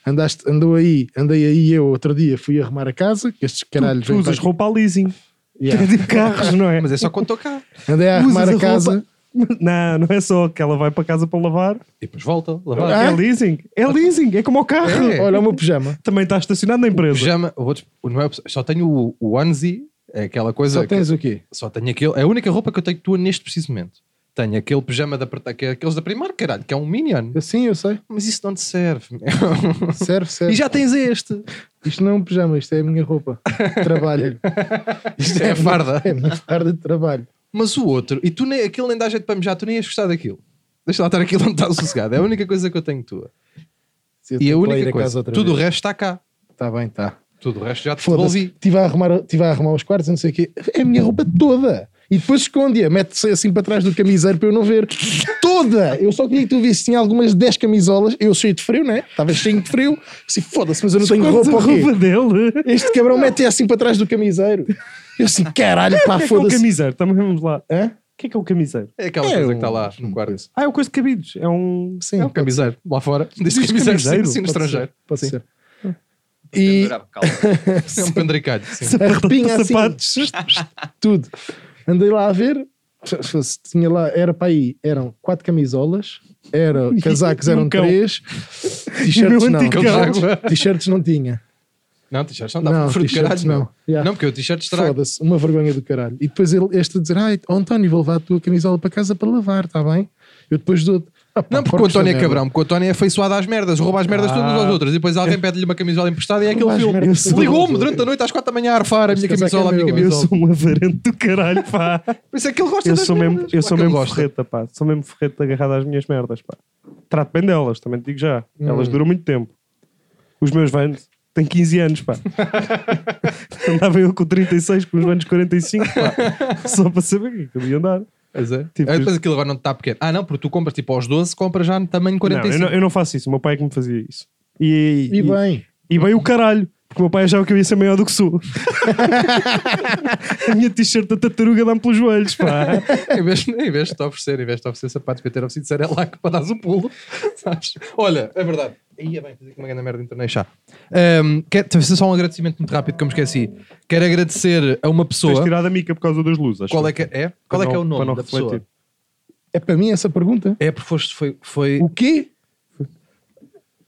[SPEAKER 3] Andaste, andou aí, andei aí eu outro dia, fui arrumar a casa, que estes caralhos
[SPEAKER 2] Tu
[SPEAKER 3] vêm
[SPEAKER 2] usas
[SPEAKER 3] para
[SPEAKER 2] roupa a leasing.
[SPEAKER 3] aqui. Yeah.
[SPEAKER 2] É de carros, não é?
[SPEAKER 1] Mas é só quando estou cá.
[SPEAKER 3] Andei a arrumar
[SPEAKER 2] Usas
[SPEAKER 3] a casa.
[SPEAKER 2] roupa- Não, não é só que ela vai para casa para lavar.
[SPEAKER 1] E depois volta,
[SPEAKER 3] Ah,
[SPEAKER 1] lavar.
[SPEAKER 2] É leasing. É leasing. É como o carro.
[SPEAKER 1] É.
[SPEAKER 3] Olha, o meu pijama.
[SPEAKER 2] Também está estacionado na empresa.
[SPEAKER 1] Pijama, vou des- não é, só tenho o, o onesie, é aquela coisa
[SPEAKER 3] Só tens o quê?
[SPEAKER 1] que, só tenho aquele, é a única roupa que eu tenho tua neste preciso momento. Tenho aquele pijama da Preta- que é aqueles da Primark, caralho, que é um Minion.
[SPEAKER 3] Eu, sim, Assim, eu sei.
[SPEAKER 1] Mas isso não te serve. meu.
[SPEAKER 3] Serve, serve.
[SPEAKER 1] E já tens este.
[SPEAKER 3] Isto não é um pijama, isto é a minha roupa. Trabalho.
[SPEAKER 1] Isto é a farda.
[SPEAKER 3] É a minha farda de trabalho.
[SPEAKER 1] Mas o outro, e tu nem, aquilo nem dá jeito para mijar, tu nem ias gostar daquilo. Deixa lá estar aquilo onde está sossegado. É a única coisa que eu tenho tua.
[SPEAKER 3] Se
[SPEAKER 1] E
[SPEAKER 3] eu tenho
[SPEAKER 1] a
[SPEAKER 3] que lá ir
[SPEAKER 1] única
[SPEAKER 3] a casa
[SPEAKER 1] coisa,
[SPEAKER 3] outra
[SPEAKER 1] tudo o
[SPEAKER 3] vez.
[SPEAKER 1] resto está cá.
[SPEAKER 3] Tá bem, tá.
[SPEAKER 1] Tudo o resto já te
[SPEAKER 3] Foda-se.
[SPEAKER 1] devolvi.
[SPEAKER 3] Estive a, arrumar, estive a arrumar os quartos, e não sei o quê. É a minha roupa toda. E depois esconde-a, mete-se assim para trás do camiseiro para eu não ver. Toda! Eu só queria que tu visse tinha algumas 10 camisolas. Eu cheio de frio, né? Estava cheio de frio. Assim, foda-se, mas eu não tenho
[SPEAKER 2] Escondes
[SPEAKER 3] roupa.
[SPEAKER 2] a
[SPEAKER 3] ok?
[SPEAKER 2] roupa dele.
[SPEAKER 3] Este cabrão mete assim para trás do camiseiro. Eu assim, caralho, pá,
[SPEAKER 2] O que é que é o
[SPEAKER 3] foda-se.
[SPEAKER 2] camiseiro? Também vamos lá. O
[SPEAKER 3] Hã?
[SPEAKER 2] que é que é o camiseiro?
[SPEAKER 1] É aquela
[SPEAKER 3] É
[SPEAKER 1] coisa que
[SPEAKER 3] um-
[SPEAKER 1] está lá no quarto.
[SPEAKER 2] Ah, é o coisa de cabidos. É um.
[SPEAKER 3] Sim, é
[SPEAKER 1] É um camiseiro, lá fora. Diz é
[SPEAKER 2] Diz
[SPEAKER 1] camiseiro,
[SPEAKER 2] camiseiro,
[SPEAKER 1] sim, sim, no
[SPEAKER 3] pode
[SPEAKER 1] estrangeiro.
[SPEAKER 3] ser, Pode
[SPEAKER 1] Sim.
[SPEAKER 3] ser. E
[SPEAKER 1] É um pendricalho. sim.
[SPEAKER 3] arrepinha assim.
[SPEAKER 2] sapatos.
[SPEAKER 3] tudo. Andei lá a ver. Fosse- Tinha lá, era para aí, eram quatro camisolas, era, casacos
[SPEAKER 2] Um
[SPEAKER 3] eram
[SPEAKER 2] cão.
[SPEAKER 3] três,
[SPEAKER 2] E
[SPEAKER 3] t-shirts
[SPEAKER 2] o
[SPEAKER 3] não,
[SPEAKER 2] antigo
[SPEAKER 1] cão.
[SPEAKER 3] t-shirts não tinha.
[SPEAKER 1] Não, t-shirts não dá para
[SPEAKER 3] Não,
[SPEAKER 1] furo de
[SPEAKER 3] t-shirts
[SPEAKER 1] caralho. Não.
[SPEAKER 3] não. Yeah.
[SPEAKER 1] não, porque o t-shirt estraga.
[SPEAKER 3] Foda-se, uma vergonha do caralho. E depois ele, este a dizer: Ai, ó, António, vou levar a tua camisola para casa para lavar, está bem? Eu depois dou. Ah, pá,
[SPEAKER 1] Não, porque o
[SPEAKER 3] porcos da
[SPEAKER 1] António é
[SPEAKER 3] merda.
[SPEAKER 1] cabrão, porque o António é afeiçoado às merdas, rouba as merdas
[SPEAKER 2] Ah.
[SPEAKER 1] todas às outras, e depois alguém pede-lhe uma camisola emprestada e é aquele
[SPEAKER 3] É. Rouba as
[SPEAKER 1] filme.
[SPEAKER 3] merdas todas
[SPEAKER 1] Ligou-me
[SPEAKER 3] às
[SPEAKER 1] durante a noite às quatro da manhã a arfar a minha
[SPEAKER 3] Este casaco
[SPEAKER 1] camisola, a
[SPEAKER 3] é
[SPEAKER 1] minha
[SPEAKER 3] meu,
[SPEAKER 2] Eu
[SPEAKER 1] camisola.
[SPEAKER 2] sou um avarento do caralho, pá.
[SPEAKER 1] Por isso é que ele gosta
[SPEAKER 2] Eu
[SPEAKER 1] das
[SPEAKER 2] sou mesmo,
[SPEAKER 1] merdas.
[SPEAKER 2] eu
[SPEAKER 1] Claro
[SPEAKER 2] sou
[SPEAKER 1] que ele
[SPEAKER 2] mesmo
[SPEAKER 1] gosta.
[SPEAKER 2] ferreta, pá. Sou mesmo ferreta agarrado às minhas merdas, pá. Trato bem delas, também te digo já. Elas duram muito tempo. Os meus vans têm 15 anos, pá. Andava eu com 36, com os vans 45, pá. Só para saber que é que eu ia andar.
[SPEAKER 1] Pois é.
[SPEAKER 2] Tipo,
[SPEAKER 1] Aí depois aquilo agora não te está pequeno. Ah, não, porque tu compras tipo aos 12, compras já no tamanho
[SPEAKER 2] Não,
[SPEAKER 1] 45.
[SPEAKER 2] eu, não, eu não faço isso. O meu pai é que me fazia isso. E,
[SPEAKER 3] E bem,
[SPEAKER 2] E bem o caralho, porque o meu pai achava que eu ia ser maior do que sou. a minha t-shirt da tartaruga dá-me pelos joelhos, pá.
[SPEAKER 1] em, vez, em vez de te oferecer, em vez de te oferecer sapatos, devia ter oferecido serelac para dares o pulo. Sabes? Olha, é verdade. Ia bem, fazer com uma grande merda internacional. Um, quer fazer só um agradecimento muito rápido que eu me esqueci. Quero agradecer a uma
[SPEAKER 2] Tens
[SPEAKER 1] pessoa.
[SPEAKER 2] tirado a mica por causa das luzes. acho.
[SPEAKER 1] Qual é que é? Qual é que é o
[SPEAKER 2] Para
[SPEAKER 1] nome
[SPEAKER 2] não- para não
[SPEAKER 1] da
[SPEAKER 2] refletir.
[SPEAKER 1] pessoa?
[SPEAKER 3] é para mim essa pergunta.
[SPEAKER 1] É porque foste, foi, foi...
[SPEAKER 3] O quê?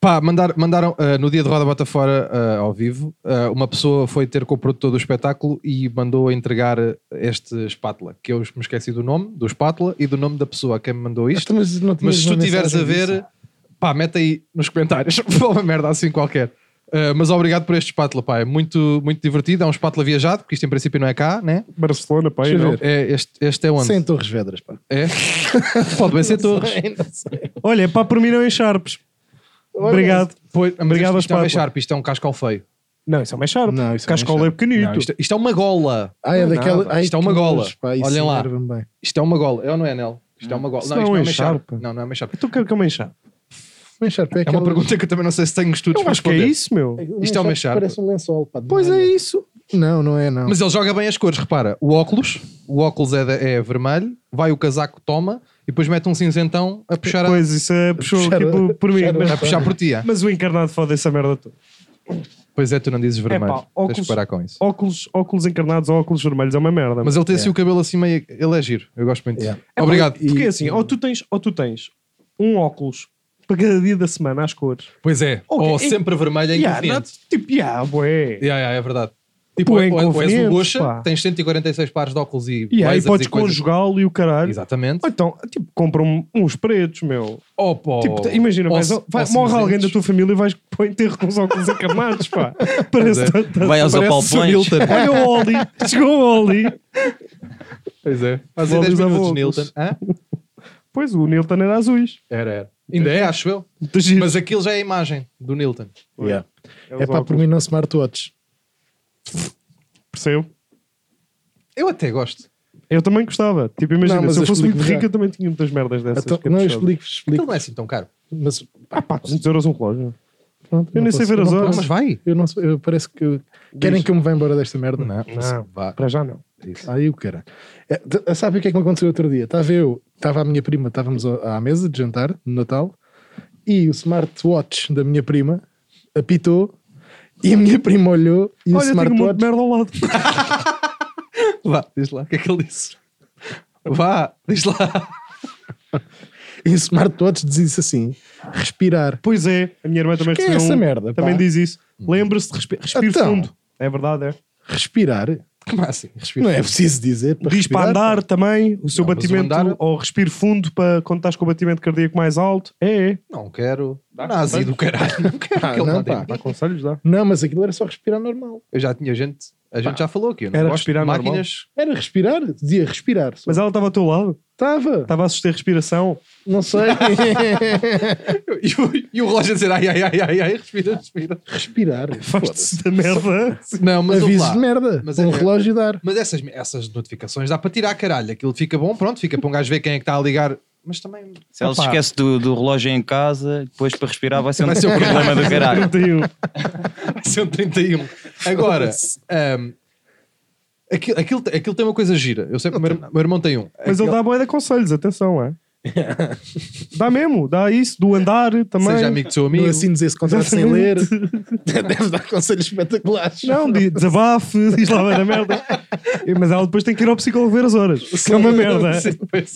[SPEAKER 1] Pá, mandar- mandaram ah, no dia de Roda Bota Fora ah, ao vivo, ah, uma pessoa foi ter com o produtor do espetáculo e mandou entregar eh, este espátula, que eu me esqueci do nome, do espátula e do nome da pessoa a quem me mandou isto.
[SPEAKER 3] Esta, Ah, mas não tinhas
[SPEAKER 1] Mas se tu
[SPEAKER 3] uma
[SPEAKER 1] estiveres a
[SPEAKER 3] mensagem
[SPEAKER 1] ver,
[SPEAKER 3] disso.
[SPEAKER 1] pá, mete aí nos comentários. Foi uma merda assim qualquer. Uh, mas obrigado por este espátula, pá. É muito, muito divertido. É um espátula viajado, porque isto em princípio não é cá, né?
[SPEAKER 2] Barcelona, pá,
[SPEAKER 3] Deixa eu
[SPEAKER 2] não.
[SPEAKER 3] ver.
[SPEAKER 1] É, este, este é onde?
[SPEAKER 3] Sem Torres Vedras, pá.
[SPEAKER 1] É? Pode bem ser Torres.
[SPEAKER 2] Olha, é pá, por mim não em Sharps. Obrigado.
[SPEAKER 1] Pois, mas
[SPEAKER 2] Obrigado,
[SPEAKER 1] isto, isto é uma
[SPEAKER 2] espátula.
[SPEAKER 1] Sharp, isto é um cascal feio.
[SPEAKER 2] Não, isso é mais Sharp.
[SPEAKER 3] Não, isso é
[SPEAKER 2] Cascola é
[SPEAKER 3] mais
[SPEAKER 2] pequenito.
[SPEAKER 1] Não, isto, isto é uma gola.
[SPEAKER 3] Ah, é
[SPEAKER 2] Não é
[SPEAKER 3] daquela.
[SPEAKER 1] nada.
[SPEAKER 3] Ai,
[SPEAKER 1] Isto é uma
[SPEAKER 3] que
[SPEAKER 1] gola.
[SPEAKER 3] nojo, pá, isso
[SPEAKER 1] Olhem lá.
[SPEAKER 3] enerva-me Bem.
[SPEAKER 1] Isto é uma gola. É ou não é, Nel? Isto é uma gola.
[SPEAKER 2] Isso um
[SPEAKER 1] Não, isto não é uma Sharp.
[SPEAKER 2] Sharp.
[SPEAKER 1] Não, não é uma Sharp.
[SPEAKER 2] Então o que é que é uma Sharp?
[SPEAKER 3] Mas, Sharp, é,
[SPEAKER 1] É uma
[SPEAKER 3] aquela-
[SPEAKER 1] pergunta que eu também não sei se tenho estudos
[SPEAKER 2] Eu
[SPEAKER 1] para
[SPEAKER 2] acho que é
[SPEAKER 1] responder.
[SPEAKER 2] isso, meu.
[SPEAKER 1] Isto é uma
[SPEAKER 3] Sharp
[SPEAKER 1] Sharp.
[SPEAKER 3] Parece um lençol, pá. de
[SPEAKER 2] Pois é
[SPEAKER 3] malha.
[SPEAKER 2] isso.
[SPEAKER 3] Não, não é, não.
[SPEAKER 1] Mas ele joga bem as cores, repara. O óculos, o óculos é, da- é vermelho, vai o casaco, toma, e depois mete um cinzentão a puxar, a,
[SPEAKER 2] Pois, isso é, puxou
[SPEAKER 3] puxar
[SPEAKER 2] aqui
[SPEAKER 3] a-
[SPEAKER 2] por, por mim.
[SPEAKER 3] puxar a-
[SPEAKER 2] Mas,
[SPEAKER 1] a puxar por ti. é?
[SPEAKER 2] mas o encarnado foda essa merda toda.
[SPEAKER 1] Pois é, tu não dizes vermelho.
[SPEAKER 2] Epá, óculos-
[SPEAKER 1] Tens de parar com isso.
[SPEAKER 2] Óculos, óculos encarnados ou óculos vermelhos é uma merda.
[SPEAKER 1] Mas ele tem assim o cabelo assim meio. Ele é giro. Eu gosto muito.
[SPEAKER 3] Yeah.
[SPEAKER 2] É pá,
[SPEAKER 1] Obrigado.
[SPEAKER 2] Porque assim, ou tu, tens, ou tu tens um óculos para cada dia da semana às cores.
[SPEAKER 1] Pois é.
[SPEAKER 2] Ok,
[SPEAKER 1] Ou
[SPEAKER 2] e-
[SPEAKER 1] sempre vermelho é
[SPEAKER 2] Yeah,
[SPEAKER 1] inconveniente.
[SPEAKER 2] não- tipo, yeah, bué.
[SPEAKER 1] Yeah, yeah, é verdade. Tipo,
[SPEAKER 2] Pô, é
[SPEAKER 1] ou, ou és um
[SPEAKER 2] inconveniente,
[SPEAKER 1] goxa,
[SPEAKER 2] pá.
[SPEAKER 1] tens 146 pares de óculos e.
[SPEAKER 2] E aí
[SPEAKER 1] blazers
[SPEAKER 2] podes
[SPEAKER 1] e coisas-
[SPEAKER 2] conjugá-lo e o caralho.
[SPEAKER 1] Exatamente.
[SPEAKER 2] Ou então, tipo, compra um- uns pretos, meu.
[SPEAKER 1] Ou, pô,
[SPEAKER 2] Tipo, te- imagina,
[SPEAKER 1] ou-
[SPEAKER 2] vais,
[SPEAKER 1] ou-
[SPEAKER 2] vai,
[SPEAKER 1] ou
[SPEAKER 2] morre alguém da
[SPEAKER 1] cinzentos.
[SPEAKER 2] tua família e vais para o enterro com os óculos encarnados, pá.
[SPEAKER 3] é.
[SPEAKER 2] Parece.
[SPEAKER 1] Pois
[SPEAKER 2] tá- tá-
[SPEAKER 4] Vai aos
[SPEAKER 1] Parece o
[SPEAKER 4] apalpões.
[SPEAKER 1] Nilton.
[SPEAKER 2] Olha o Oli, chegou o Oli.
[SPEAKER 1] Pois é. Fazem
[SPEAKER 2] Vou
[SPEAKER 1] 10
[SPEAKER 2] usar
[SPEAKER 1] minutos,
[SPEAKER 2] óculos.
[SPEAKER 1] Nilton. Hã?
[SPEAKER 2] Pois, o Nilton era azuis.
[SPEAKER 1] Era, era. Ainda é, acho eu.
[SPEAKER 2] Muito giro.
[SPEAKER 1] Mas aquilo já é a imagem do Nilton.
[SPEAKER 3] Yeah.
[SPEAKER 2] os
[SPEAKER 3] É pá, por
[SPEAKER 2] óculos.
[SPEAKER 3] mim não smartwatch.
[SPEAKER 2] Percebo.
[SPEAKER 1] Eu até gosto.
[SPEAKER 2] Eu também gostava. Tipo, imagina,
[SPEAKER 3] Não, mas
[SPEAKER 2] se eu
[SPEAKER 3] eu
[SPEAKER 2] fosse
[SPEAKER 3] explico
[SPEAKER 2] muito
[SPEAKER 3] melhor.
[SPEAKER 2] rica, eu também tinha muitas merdas dessas.
[SPEAKER 3] Então,
[SPEAKER 2] que
[SPEAKER 3] não, eu
[SPEAKER 2] gostava.
[SPEAKER 3] explico,
[SPEAKER 1] Aquilo não
[SPEAKER 3] explico.
[SPEAKER 1] é assim tão caro.
[SPEAKER 3] Mas,
[SPEAKER 2] Ah pá, 200 euros um relógio.
[SPEAKER 3] pronto,
[SPEAKER 2] Eu nem sei ver as
[SPEAKER 3] não
[SPEAKER 2] horas.
[SPEAKER 3] posso.
[SPEAKER 1] vai.
[SPEAKER 3] Eu não sei, eu- parece que. eu- Querem que eu me vá embora desta merda?
[SPEAKER 1] Não,
[SPEAKER 2] Não.
[SPEAKER 1] vá.
[SPEAKER 2] Para já não.
[SPEAKER 3] Aí o cara. É, t- sabe o que é que me aconteceu outro dia? Estava eu, estava a minha prima, estávamos ao- à mesa de jantar no Natal e o smartwatch da minha prima apitou e a minha prima olhou e o
[SPEAKER 2] Olha, tenho um monte
[SPEAKER 3] smartwatch.
[SPEAKER 2] de merda ao lado.
[SPEAKER 1] Vá, diz lá. O que é que ele disse? Vá, diz lá.
[SPEAKER 3] E o smartwatch diz assim: respirar.
[SPEAKER 2] Pois é, a minha irmã também
[SPEAKER 3] Que é
[SPEAKER 2] recebeu
[SPEAKER 3] essa
[SPEAKER 2] um-
[SPEAKER 3] merda, pá? Uhum.
[SPEAKER 2] Também diz isso. Lembra-se de respi- respirar
[SPEAKER 3] Então.
[SPEAKER 2] fundo. É verdade, é.
[SPEAKER 3] Respirar?
[SPEAKER 1] Como assim? Respira.
[SPEAKER 3] Não é preciso dizer. Para
[SPEAKER 2] Diz para
[SPEAKER 3] respirar,
[SPEAKER 2] andar também, o seu
[SPEAKER 1] Não, mas o
[SPEAKER 2] batimento,
[SPEAKER 1] andar-
[SPEAKER 2] ou respiro fundo para quando estás com o batimento cardíaco mais alto. É, é.
[SPEAKER 1] Não quero. Nazi do caralho. Não quero
[SPEAKER 3] Ah,
[SPEAKER 1] aquele
[SPEAKER 3] não,
[SPEAKER 1] não,
[SPEAKER 3] pá.
[SPEAKER 2] Dá conselhos, dá.
[SPEAKER 3] Não, mas aquilo era só respirar normal.
[SPEAKER 1] Eu já tinha gente. A gente já falou aqui. Eu não
[SPEAKER 2] Era
[SPEAKER 1] gosto
[SPEAKER 2] respirar
[SPEAKER 1] de
[SPEAKER 2] normal.
[SPEAKER 1] máquinas.
[SPEAKER 3] Era respirar? Dizia respirar.
[SPEAKER 2] Mas ela estava ao teu lado,
[SPEAKER 3] Estava,
[SPEAKER 2] estava a assistir a respiração.
[SPEAKER 3] não sei.
[SPEAKER 1] E o, e o relógio a dizer ai, ai, ai, ai, ai, respira, respira.
[SPEAKER 3] respirar.
[SPEAKER 2] Faz-te da merda.
[SPEAKER 1] Não, mas ouve
[SPEAKER 3] Aviso
[SPEAKER 1] lá.
[SPEAKER 3] de merda.
[SPEAKER 1] Mas
[SPEAKER 3] um
[SPEAKER 1] é-
[SPEAKER 3] relógio dar.
[SPEAKER 1] Mas essas, essas notificações dá para tirar, caralho. Aquilo fica bom, pronto, fica para um gajo ver quem é que está a ligar. Mas também.
[SPEAKER 4] Se ela se
[SPEAKER 1] Opa.
[SPEAKER 4] esquece do, do relógio em casa, depois para respirar vai ser um
[SPEAKER 1] Vai ser o
[SPEAKER 4] problema do
[SPEAKER 1] Ah.
[SPEAKER 4] caralho.
[SPEAKER 2] 31.
[SPEAKER 1] Vai ser um 31. Agora, ahm, aquilo, aquilo, aquilo tem uma coisa gira. Eu sei, meu, irmão- meu irmão tem um.
[SPEAKER 2] Mas ele dá boa de conselhos, atenção, é. dá mesmo, dá isso, do andar também.
[SPEAKER 1] Seja amigo do seu amigo.
[SPEAKER 3] Não é assines esse contrato sem ler.
[SPEAKER 2] Exatamente.
[SPEAKER 3] Deve dar conselhos espetaculares.
[SPEAKER 2] Não, di- desabafe, diz lá vai da merda. E- Mas ela depois tem que ir ao psicólogo ver as horas. Que é uma merda.
[SPEAKER 1] Sim, pois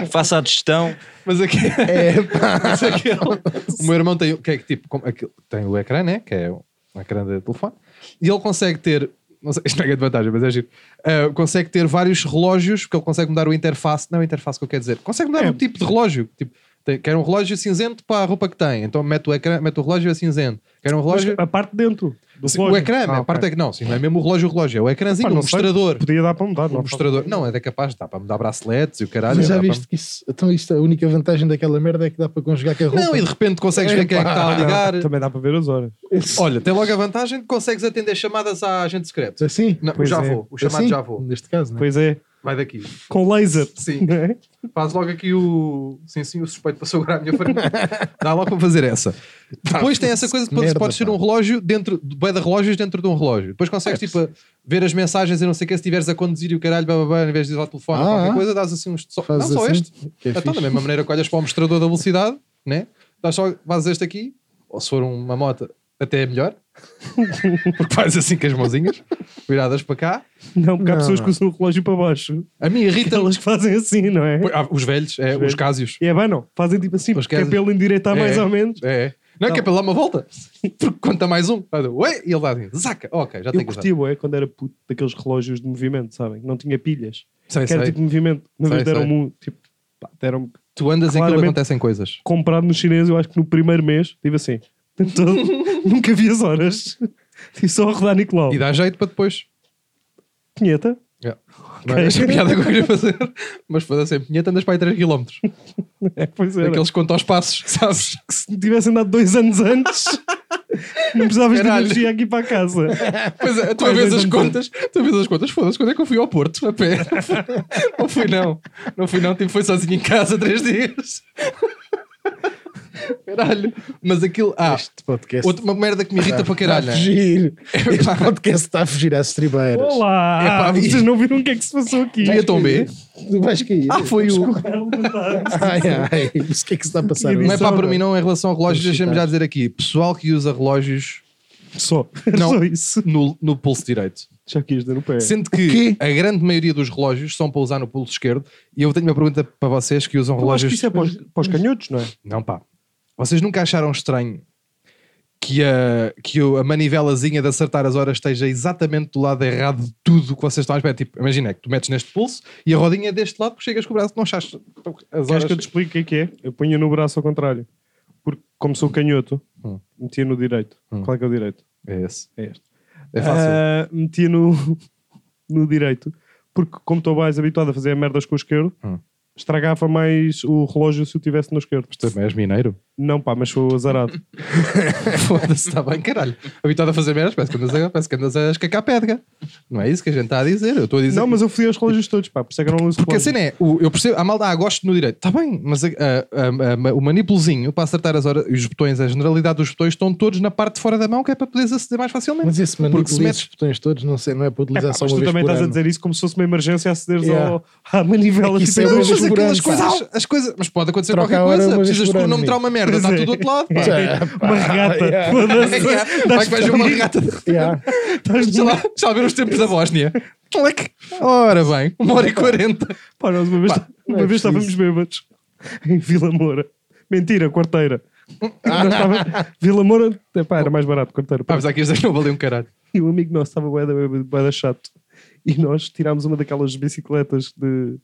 [SPEAKER 1] é.
[SPEAKER 4] Faça a digestão.
[SPEAKER 1] Mas aqui. É, Mas aquele- o um meu irmão tem, o- que é que, tipo, como- aquilo- tem o ecrã, né? Que é o ecrã de telefone. E ele consegue ter. Não sei, isto não é grande vantagem, mas é giro. Ah, consegue ter vários relógios, porque ele consegue mudar o interface. Não é o interface que eu quero dizer. Consegue mudar
[SPEAKER 2] É.
[SPEAKER 1] o tipo de relógio. Tipo, tem- quer um relógio cinzento para a roupa que tem. Então mete o, ecrã, mete o relógio a cinzento. Quer um
[SPEAKER 2] Mas
[SPEAKER 1] relógio.
[SPEAKER 2] a parte dentro do
[SPEAKER 1] Sim,
[SPEAKER 2] relógio.
[SPEAKER 1] o ecrã,
[SPEAKER 2] Ah,
[SPEAKER 1] a parte
[SPEAKER 2] ok.
[SPEAKER 1] é que não, sim, não é mesmo o relógio, o relógio, é o ecrãzinho,
[SPEAKER 2] Pá,
[SPEAKER 1] o
[SPEAKER 2] não sei,
[SPEAKER 1] mostrador.
[SPEAKER 2] Podia dar para mudar,
[SPEAKER 1] O
[SPEAKER 2] não
[SPEAKER 1] mostrador. Não, é capaz, dá para mudar braceletes e o caralho.
[SPEAKER 3] Mas já
[SPEAKER 1] dá para-
[SPEAKER 3] viste que isso. Então, isto, a única vantagem daquela merda é que dá para conjugar com a roupa.
[SPEAKER 1] Não, e de repente consegues ver quem é que está a ligar.
[SPEAKER 2] Não, também dá para ver as horas.
[SPEAKER 1] Olha, tem logo a vantagem que consegues atender chamadas à agente secreto.
[SPEAKER 3] Assim?
[SPEAKER 1] Não,
[SPEAKER 2] Pois
[SPEAKER 1] já
[SPEAKER 2] é.
[SPEAKER 1] vou, o chamado
[SPEAKER 3] assim?
[SPEAKER 1] já vou.
[SPEAKER 3] Neste caso, não é?
[SPEAKER 2] Pois é,
[SPEAKER 1] Vai daqui.
[SPEAKER 2] com laser.
[SPEAKER 1] Sim.
[SPEAKER 2] né?
[SPEAKER 1] Faz logo aqui o. Sim, sim, o suspeito passou agora à minha frente. Dá logo para fazer essa. Depois tem essa coisa de podes,
[SPEAKER 3] merda,
[SPEAKER 1] podes ter
[SPEAKER 3] pá. É.
[SPEAKER 1] um relógio dentro, bué de relógios dentro de um relógio. Depois consegues tipo, ver as mensagens e não sei o que, se estiveres a conduzir e o caralho, blá, blá, blá, em vez de ir ao telefone ou
[SPEAKER 3] Ah,
[SPEAKER 1] qualquer
[SPEAKER 3] ah.
[SPEAKER 1] coisa, dás assim uns. Só, não
[SPEAKER 3] Fazes
[SPEAKER 1] só
[SPEAKER 3] assim,
[SPEAKER 1] este.
[SPEAKER 3] que é
[SPEAKER 1] então, da
[SPEAKER 3] fixe.
[SPEAKER 1] mesma maneira que olhas para o mostrador da velocidade, né? Dás só, fazes este aqui, ou se for uma moto, até é melhor. Porque fazes assim com as mãozinhas, viradas para cá.
[SPEAKER 2] Não, porque há
[SPEAKER 3] Não,
[SPEAKER 2] pessoas
[SPEAKER 3] não.
[SPEAKER 2] que usam o relógio para baixo.
[SPEAKER 1] A mim irrita
[SPEAKER 2] Aquelas que fazem assim, não é?
[SPEAKER 1] Ah, os velhos, é, os
[SPEAKER 2] velhos.
[SPEAKER 1] cásios.
[SPEAKER 2] E é bem, não. Fazem tipo assim,
[SPEAKER 1] Pois
[SPEAKER 2] porque é
[SPEAKER 1] queres-
[SPEAKER 2] pelo endireitar mais
[SPEAKER 1] É.
[SPEAKER 2] ou menos.
[SPEAKER 1] É. Não é
[SPEAKER 2] Não.
[SPEAKER 1] que é para dar uma volta? Porque conta mais um. Vai dar, Ué, e ele dá assim, zaca. Ok, já
[SPEAKER 2] Eu
[SPEAKER 1] tenho que usar.
[SPEAKER 2] curti, é quando era puto, daqueles relógios de movimento, sabem? Não tinha pilhas.
[SPEAKER 1] Sei,
[SPEAKER 2] que era
[SPEAKER 1] sei.
[SPEAKER 2] tipo movimento. Uma
[SPEAKER 1] Sei,
[SPEAKER 2] vez
[SPEAKER 1] sei.
[SPEAKER 2] deram-me um, tipo, pá, deram-me
[SPEAKER 1] Tu andas em que
[SPEAKER 2] claramente-
[SPEAKER 1] acontecem coisas.
[SPEAKER 2] comprado no chinês, eu acho que no primeiro mês, tive assim, tempo todo. Nunca vi as horas. E só a rodar Nicolau.
[SPEAKER 1] E dá jeito para depois. É.
[SPEAKER 2] Pinheta.
[SPEAKER 1] Não era essa a piada que eu queria fazer, mas foda-se, em Pinheta andas para aí 3km.
[SPEAKER 2] É, pois era.
[SPEAKER 1] Aqueles que contam aos passos, sabes?
[SPEAKER 2] que se tivessem dado dois anos antes, não precisavas
[SPEAKER 1] Caralho.
[SPEAKER 2] de energia aqui para casa.
[SPEAKER 1] Pois é, tu
[SPEAKER 2] Quais
[SPEAKER 1] vês as
[SPEAKER 2] dois anos
[SPEAKER 1] contas, tu vês as contas, foda-se, quando é que eu fui ao Porto a pé? Não fui não, não fui não, tipo, foi sozinho em casa três dias. Caralho, mas aquilo, ah,
[SPEAKER 3] Este podcast.
[SPEAKER 1] outra uma merda que me irrita para
[SPEAKER 3] Está a
[SPEAKER 1] caralho. é?
[SPEAKER 3] fugir.
[SPEAKER 1] pá.
[SPEAKER 3] Este podcast está a fugir às estribeiras.
[SPEAKER 2] Olá!
[SPEAKER 1] Epá, vi-
[SPEAKER 2] vocês não viram o que é que se passou aqui?
[SPEAKER 1] E então B,
[SPEAKER 3] Tu vais cair.
[SPEAKER 1] ah, foi o...
[SPEAKER 3] Ai, ai. Mas o que é que se está a passar?
[SPEAKER 2] Não
[SPEAKER 1] Não é
[SPEAKER 3] hoje?
[SPEAKER 1] pá para mim não em relação a relógios,
[SPEAKER 3] Vamos
[SPEAKER 1] deixa-me já dizer aqui, pessoal que usa relógios
[SPEAKER 2] Só.
[SPEAKER 1] Não.
[SPEAKER 2] Só isso.
[SPEAKER 1] no, no pulso direito.
[SPEAKER 2] Já quis dar o pé.
[SPEAKER 1] Sendo que a grande maioria dos relógios são para usar no pulso esquerdo. E eu tenho uma pergunta para vocês que usam
[SPEAKER 2] Eu acho
[SPEAKER 1] relógios.
[SPEAKER 2] que isso é para os, para os canhotos, não é?
[SPEAKER 1] Não, pá. Vocês nunca acharam estranho que a, que o- a manivelazinha de acertar as horas esteja exatamente do lado errado de tudo o que vocês estão à espera? Tipo, imagina é que tu metes neste pulso e a rodinha é deste lado porque chegas com o braço, não achaste as
[SPEAKER 2] Queres
[SPEAKER 1] horas.
[SPEAKER 2] que eu te explique o que é que é? Eu punha no braço ao contrário. Porque, como sou canhoto,
[SPEAKER 1] Hum.
[SPEAKER 2] metia no direito.
[SPEAKER 1] Hum.
[SPEAKER 2] Qual é que é o direito?
[SPEAKER 1] É esse.
[SPEAKER 2] É este.
[SPEAKER 1] É fácil.
[SPEAKER 2] Ah, metia no, no direito. Porque, como estou mais habituado a fazer merdas com o esquerdo,
[SPEAKER 1] Hum.
[SPEAKER 2] estragava mais o relógio se eu tivesse no esquerdo.
[SPEAKER 1] Tu também és mineiro?
[SPEAKER 2] Não, pá, mas sou azarado.
[SPEAKER 1] Foda-se, está bem, caralho. Habituado a fazer merdas, parece que andas a, parece que andas a escacar pedra. Não é isso que a gente está a dizer. Eu estou a dizer.
[SPEAKER 2] não, mas eu fui aos relógios todos, pá, por isso é que eu não uso
[SPEAKER 1] é Porque a
[SPEAKER 2] relógio.
[SPEAKER 1] cena é, o- eu percebo, a malda, ah, gosto no direito, está bem, mas a- a- a- a- o manipulozinho para acertar as horas, os botões, a generalidade dos botões estão todos na parte de fora da mão, que é para poderes aceder mais facilmente.
[SPEAKER 3] Mas esse
[SPEAKER 1] Porque se
[SPEAKER 3] manipula
[SPEAKER 1] metes-
[SPEAKER 3] esses botões todos, não, sei, não é para utilizar
[SPEAKER 2] Pá,
[SPEAKER 3] só
[SPEAKER 2] Ah, mas
[SPEAKER 3] uma
[SPEAKER 2] tu
[SPEAKER 3] vez
[SPEAKER 2] também
[SPEAKER 3] por
[SPEAKER 2] estás a
[SPEAKER 3] ano.
[SPEAKER 2] dizer isso como se fosse uma emergência acederes
[SPEAKER 3] Yeah.
[SPEAKER 2] ao, à manivela.
[SPEAKER 3] É que isso é
[SPEAKER 2] tipo,
[SPEAKER 3] uma
[SPEAKER 1] Mas
[SPEAKER 3] vez por
[SPEAKER 1] aquelas
[SPEAKER 3] ano, pá.
[SPEAKER 1] coisas, as coisas, mas pode acontecer
[SPEAKER 3] Troca a
[SPEAKER 1] qualquer
[SPEAKER 3] hora
[SPEAKER 1] coisa,
[SPEAKER 3] uma vez
[SPEAKER 1] precisas
[SPEAKER 3] por
[SPEAKER 1] que o
[SPEAKER 3] ano,
[SPEAKER 1] nome
[SPEAKER 3] amigo.
[SPEAKER 1] terá uma merda,
[SPEAKER 2] Pois
[SPEAKER 1] está
[SPEAKER 2] é.
[SPEAKER 1] tudo do outro lado. Pá.
[SPEAKER 2] uma regata.
[SPEAKER 3] yeah.
[SPEAKER 2] Foda-se.
[SPEAKER 1] Vai que vais ver uma regata, de-
[SPEAKER 3] Yeah.
[SPEAKER 2] Estás
[SPEAKER 1] sei lá, já viram os tempos da Bósnia. Moleque, Ora bem, uma hora e quarenta.
[SPEAKER 2] Pá, nós uma vez, uma
[SPEAKER 3] não é
[SPEAKER 2] vez estávamos bêbados em Vila Moura. Mentira, quarteira. Nós estava- Vila Moura epá, era mais barato, quarteira.
[SPEAKER 1] Pá, mas aqui este não valeu um caralho.
[SPEAKER 2] E um amigo nosso estava bué da bêbado, bué da chato. E nós tirámos uma daquelas bicicletas de.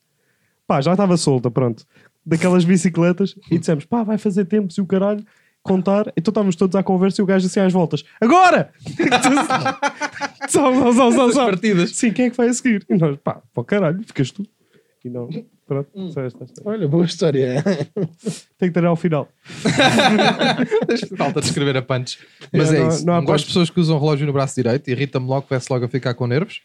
[SPEAKER 2] Pá, já estava solta, pronto. Daquelas bicicletas e dissemos, pá, vai fazer tempo se o caralho contar. Então estávamos todos à conversa e o gajo assim às voltas, agora! Só, só, só, só,
[SPEAKER 1] As
[SPEAKER 2] só.
[SPEAKER 1] partidas.
[SPEAKER 2] Sim, quem é que vai a seguir? E nós, pá, para o caralho, ficas tu. E não, pronto, só esta, esta.
[SPEAKER 3] Olha, boa história.
[SPEAKER 2] Tem que ter ao final.
[SPEAKER 1] Falta de escrever a punch. Mas
[SPEAKER 2] Yeah,
[SPEAKER 1] é
[SPEAKER 2] não-
[SPEAKER 1] isso.
[SPEAKER 2] não
[SPEAKER 1] Não,
[SPEAKER 2] há
[SPEAKER 1] gosto
[SPEAKER 2] punch.
[SPEAKER 1] de pessoas que usam relógio no braço direito, irrita-me logo, começo logo a ficar com nervos.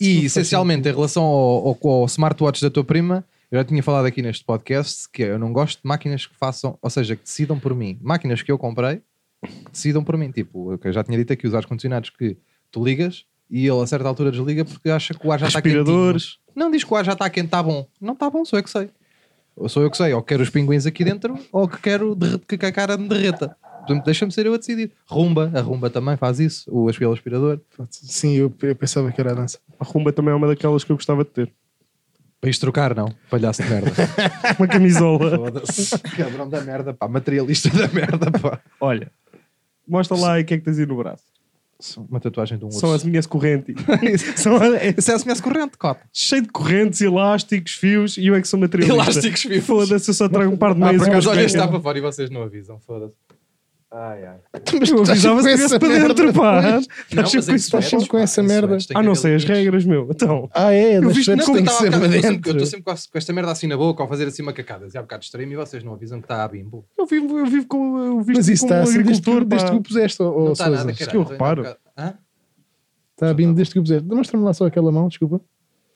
[SPEAKER 1] E essencialmente, em relação ao, ao- ao smartwatch da tua prima, eu já tinha falado aqui neste podcast que eu não gosto de máquinas que façam, ou seja, que decidam por mim. Máquinas que eu comprei, que decidam por mim. Tipo, eu já tinha dito aqui os ar-condicionados que tu ligas e ele a certa altura desliga porque acha que o ar já está quentinho.
[SPEAKER 2] Respiradores.
[SPEAKER 1] Não diz que o ar já está quente, está bom. Não está bom, sou eu que sei. Ou sou eu que sei, ou quero os pinguins aqui dentro, ou que quero derre- que que a cara me derreta. Portanto, deixa-me ser eu a decidir. Rumba, a rumba também faz isso, o aspirador aspirador.
[SPEAKER 3] Sim, eu, eu pensava que era a dança.
[SPEAKER 2] A rumba também é uma daquelas que eu gostava de ter.
[SPEAKER 1] Para isto trocar, não, palhaço de merda.
[SPEAKER 2] Uma camisola.
[SPEAKER 1] Foda-se. Cabrão da merda, pá, materialista da merda, pá.
[SPEAKER 2] Olha, mostra lá aí o que é que tens aí no braço.
[SPEAKER 1] Uma tatuagem de um urso.
[SPEAKER 2] São as minhas correntes. São a- é
[SPEAKER 1] Isso é SMS corrente, cota.
[SPEAKER 2] cheio de correntes, elásticos, fios e eu é que sou materialista.
[SPEAKER 1] Elásticos, fios.
[SPEAKER 2] Foda-se, eu só trago um par de
[SPEAKER 1] Ah,
[SPEAKER 2] meias.
[SPEAKER 1] por
[SPEAKER 2] e
[SPEAKER 1] acaso,
[SPEAKER 2] umas
[SPEAKER 1] olha, este está
[SPEAKER 2] cuecas.
[SPEAKER 1] para fora e vocês não avisam, foda-se. Ai, ai.
[SPEAKER 2] Eu avisava se
[SPEAKER 3] com
[SPEAKER 2] estivesse
[SPEAKER 3] essa
[SPEAKER 2] para dentro,
[SPEAKER 3] merda
[SPEAKER 2] pá.
[SPEAKER 3] depois.
[SPEAKER 2] Estás sempre com isso.
[SPEAKER 3] é- sempre com essa merda.
[SPEAKER 2] Ah, não sei, as regras, meu. Então,
[SPEAKER 3] Ah, é?
[SPEAKER 2] Eu
[SPEAKER 3] das
[SPEAKER 2] vi-
[SPEAKER 3] chantes
[SPEAKER 2] não,
[SPEAKER 3] tem que
[SPEAKER 1] Estava
[SPEAKER 3] ser
[SPEAKER 1] há
[SPEAKER 3] para
[SPEAKER 1] bocado, eu tô sempre- Eu
[SPEAKER 3] dentro.
[SPEAKER 1] estou sempre com, a- com esta merda assim na boca, ou a fazer assim uma cacada. Já há bocado extremo e vocês não avisam que está a bimbo.
[SPEAKER 2] eu vivo, eu vivo com eu vivo
[SPEAKER 3] Mas isso
[SPEAKER 2] como
[SPEAKER 3] está
[SPEAKER 2] um
[SPEAKER 3] assim desde que
[SPEAKER 2] agricultor,
[SPEAKER 3] tu- desde que
[SPEAKER 2] pá.
[SPEAKER 3] o puseste, ó- ó,
[SPEAKER 1] Não está nada, caralho.
[SPEAKER 3] Sousa.
[SPEAKER 2] Oh, que eu
[SPEAKER 1] Ainda há
[SPEAKER 2] reparo.
[SPEAKER 1] bocado- Hã?
[SPEAKER 3] Está vindo desde que o puseste. Mostra-me lá só aquela mão, desculpa.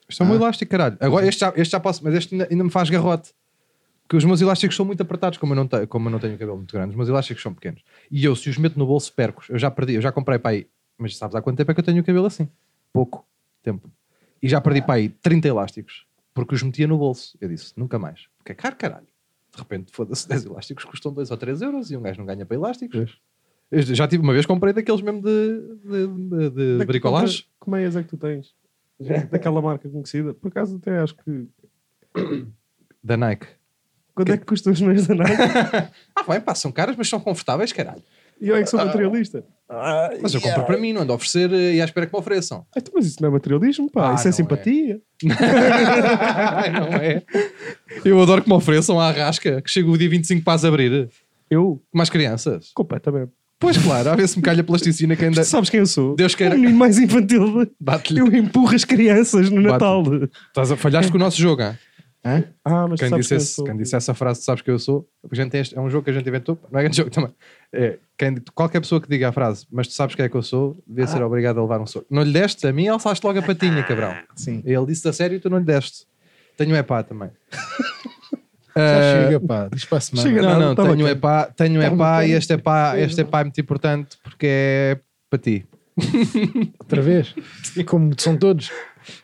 [SPEAKER 1] Isto é um
[SPEAKER 3] Ah.
[SPEAKER 1] elástico, caralho. Agora
[SPEAKER 2] Uhum.
[SPEAKER 1] este já, este já posso, mas este ainda, ainda me faz garrote. Porque os meus elásticos são muito apertados, como eu, não te- como eu não tenho cabelo muito grande, os meus elásticos são pequenos. E eu, se os meto no bolso, perco-os. Eu já perdi, eu já comprei para aí, mas sabes há quanto tempo é que eu tenho o cabelo assim? Pouco tempo. E já
[SPEAKER 2] Ah.
[SPEAKER 1] perdi para aí 30 elásticos, porque os metia no bolso. Eu disse, nunca mais. Porque é caro, caralho. De repente, foda-se, 10 elásticos custam 2 ou 3 euros e um gajo não ganha para elásticos. Eu já tive uma vez, comprei daqueles mesmo de, de, de- de
[SPEAKER 2] Onde é que tu
[SPEAKER 1] bricolagem.
[SPEAKER 2] compras- Que meias é que tu tens? Daquela marca conhecida. Por acaso até acho que.
[SPEAKER 1] da Nike.
[SPEAKER 2] Quanto é que custam as meias da Nike?
[SPEAKER 1] Ah, bem, pá, são caras, mas são confortáveis, caralho.
[SPEAKER 2] E eu é que sou materialista.
[SPEAKER 1] Mas eu compro para mim, não ando a oferecer eh, e à espera que me ofereçam.
[SPEAKER 2] Ah, Então, mas isso não é materialismo, pá.
[SPEAKER 1] Ah,
[SPEAKER 2] isso é
[SPEAKER 1] não é.
[SPEAKER 2] simpatia.
[SPEAKER 1] Ai, não é? Eu adoro que me ofereçam à rasca, que chega o dia 25 para as abrir. eh,
[SPEAKER 2] Eu,
[SPEAKER 1] Com mais crianças.
[SPEAKER 2] completamente.
[SPEAKER 1] Pois claro, a ver se me calha plasticina que ainda.
[SPEAKER 2] Tu sabes quem eu sou?
[SPEAKER 1] Deus queira.
[SPEAKER 2] O menino mais infantil.
[SPEAKER 1] Bate-lhe.
[SPEAKER 2] Eu empurro as crianças no
[SPEAKER 1] Bate-lhe.
[SPEAKER 2] Natal.
[SPEAKER 1] Estás a falhaste com o nosso jogo, hein?
[SPEAKER 3] Hã?
[SPEAKER 2] Ah, mas
[SPEAKER 1] Quem
[SPEAKER 2] sabes
[SPEAKER 1] disse,
[SPEAKER 2] quem eu
[SPEAKER 1] esse-
[SPEAKER 2] sou?
[SPEAKER 1] quem disse essa frase, tu sabes que eu sou. A gente tem este- é um jogo que a gente inventou, não é grande jogo também. É, quem- qualquer pessoa que diga a frase, mas tu sabes quem é que eu sou, devia ser
[SPEAKER 2] Ah.
[SPEAKER 1] obrigado a levar um soco. Não lhe deste a mim, alçaste logo a patinha, cabrão.
[SPEAKER 3] Sim.
[SPEAKER 1] Ele disse a sério e tu não lhe deste. Tenho um epá também.
[SPEAKER 3] Já
[SPEAKER 1] Eh,
[SPEAKER 3] chega, pá. Diz para a semana.
[SPEAKER 2] chega.
[SPEAKER 1] não,
[SPEAKER 2] nada,
[SPEAKER 1] não,
[SPEAKER 2] tá
[SPEAKER 1] tenho um
[SPEAKER 2] bacana.
[SPEAKER 1] epá, tenho um
[SPEAKER 3] Tá
[SPEAKER 1] epá e
[SPEAKER 3] bacana.
[SPEAKER 1] este epá, este epá é muito importante porque é para ti.
[SPEAKER 3] Outra vez. Como são todos.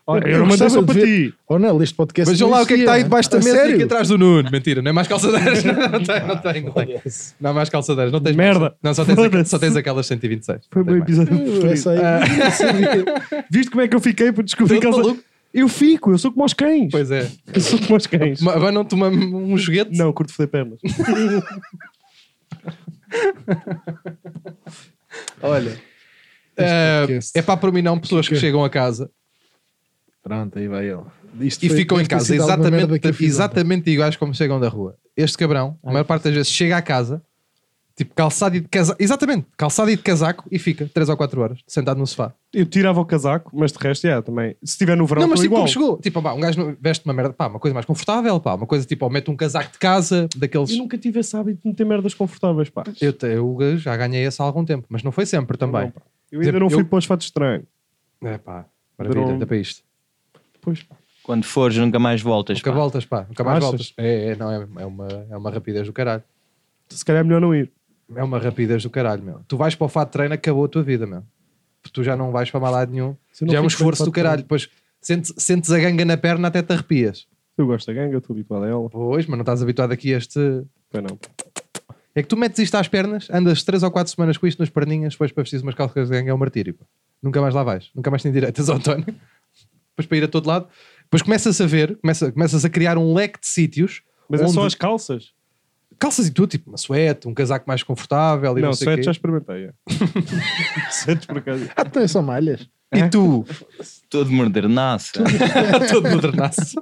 [SPEAKER 2] Olha, eu não mandei
[SPEAKER 3] gostava
[SPEAKER 2] só
[SPEAKER 3] de
[SPEAKER 2] para
[SPEAKER 3] ver-
[SPEAKER 2] ti.
[SPEAKER 3] Ou não, leste podcast.
[SPEAKER 1] Vejam
[SPEAKER 3] não
[SPEAKER 1] lá o que é que
[SPEAKER 3] existia.
[SPEAKER 1] está aí debaixo da
[SPEAKER 3] A
[SPEAKER 1] mesa e
[SPEAKER 3] sério?
[SPEAKER 1] aqui atrás do Nuno. Mentira, não é mais calçadeiras. Não tem, não tem, não tem. Não há mais calçadeiras, não tens mais.
[SPEAKER 2] Merda.
[SPEAKER 1] Não, só tens, aqu-
[SPEAKER 2] Foda-se.
[SPEAKER 1] só tens aquelas 126.
[SPEAKER 2] Foi o
[SPEAKER 1] Não
[SPEAKER 2] meu
[SPEAKER 1] tens mais.
[SPEAKER 2] episódio
[SPEAKER 3] Eu
[SPEAKER 2] preferido.
[SPEAKER 3] sei.
[SPEAKER 2] Viste como é que eu fiquei por
[SPEAKER 1] Todo
[SPEAKER 2] descobrir que eles...
[SPEAKER 1] maluco.
[SPEAKER 2] Eu fico, eu sou como os cães.
[SPEAKER 1] Pois é.
[SPEAKER 2] Eu sou como os cães.
[SPEAKER 1] Ma- Mas não tomar um joguete?
[SPEAKER 2] Não, curto foder pernas.
[SPEAKER 1] Olha. Ah,
[SPEAKER 3] podcast.
[SPEAKER 1] é pá, para mim não, pessoas que chegam a casa
[SPEAKER 3] Pronto, aí vai ele. Isto
[SPEAKER 1] e
[SPEAKER 3] foi-
[SPEAKER 1] ficam em
[SPEAKER 3] deve ter
[SPEAKER 1] casa
[SPEAKER 3] sido alguma merda
[SPEAKER 1] exatamente,
[SPEAKER 3] que eu fiz ontem.
[SPEAKER 1] exatamente iguais como chegam da rua. Este cabrão, a maior parte das vezes, chega a casa, tipo calçado e de casaco, exatamente, calçado e de casaco e fica 3 ou 4 horas sentado no sofá.
[SPEAKER 2] Eu tirava o casaco, mas de resto, é, também. Se estiver no verão,
[SPEAKER 1] não, mas
[SPEAKER 2] estou
[SPEAKER 1] tipo,
[SPEAKER 2] igual.
[SPEAKER 1] como chegou? Tipo, pá, um gajo não- veste uma merda, pá, uma coisa mais confortável, pá, uma coisa tipo, ou mete um casaco de casa, daqueles.
[SPEAKER 2] Eu nunca tive esse hábito de meter merdas confortáveis, pá.
[SPEAKER 1] Eu, te- eu já ganhei esse há algum tempo, mas não foi sempre também.
[SPEAKER 2] Não, pá. Eu ainda não
[SPEAKER 1] Eu-
[SPEAKER 2] fui para os fatos estranhos.
[SPEAKER 1] É pá, maravilha,
[SPEAKER 2] Drone.
[SPEAKER 1] ainda para isto.
[SPEAKER 2] Pois, pá.
[SPEAKER 4] Quando fores, nunca mais voltas.
[SPEAKER 1] Nunca
[SPEAKER 4] pá.
[SPEAKER 1] voltas, pá, nunca mais
[SPEAKER 2] Achas?
[SPEAKER 1] voltas. É, é, não, é, é, uma, é uma rapidez do caralho.
[SPEAKER 2] Se calhar é melhor não ir.
[SPEAKER 1] É uma rapidez do caralho, meu. Tu vais para o fato de treino, acabou a tua vida, meu. Tu já não vais para mais lado nenhum.
[SPEAKER 2] Se eu não
[SPEAKER 1] Já é um
[SPEAKER 2] fico bem
[SPEAKER 1] esforço
[SPEAKER 2] fato
[SPEAKER 1] do
[SPEAKER 2] de treino.
[SPEAKER 1] caralho. Depois sentes, sentes a ganga na perna até te arrepias.
[SPEAKER 2] Eu gosto da ganga, estou habituado a ela.
[SPEAKER 1] Pois, mas não estás habituado aqui a este.
[SPEAKER 2] Pois não.
[SPEAKER 1] É que tu metes isto às pernas, andas 3 ou 4 semanas com isto nas perninhas, depois para vestir umas calças de gangue é um martírio. pá. Nunca mais lá vais, nunca mais tem direitas ao António. Depois para ir a todo lado. Depois começas a ver, começa, começas a criar um leque de sítios.
[SPEAKER 2] Mas é
[SPEAKER 1] onde
[SPEAKER 2] só as calças?
[SPEAKER 1] calças e tudo, tipo uma suéte, um casaco mais confortável e não,
[SPEAKER 2] Não,
[SPEAKER 1] sei o quê.
[SPEAKER 2] sete já experimentei. é. Sete por acaso.
[SPEAKER 3] Ah, então é só malhas.
[SPEAKER 1] E tu,
[SPEAKER 4] Todo modernaço.
[SPEAKER 1] todo modernaço.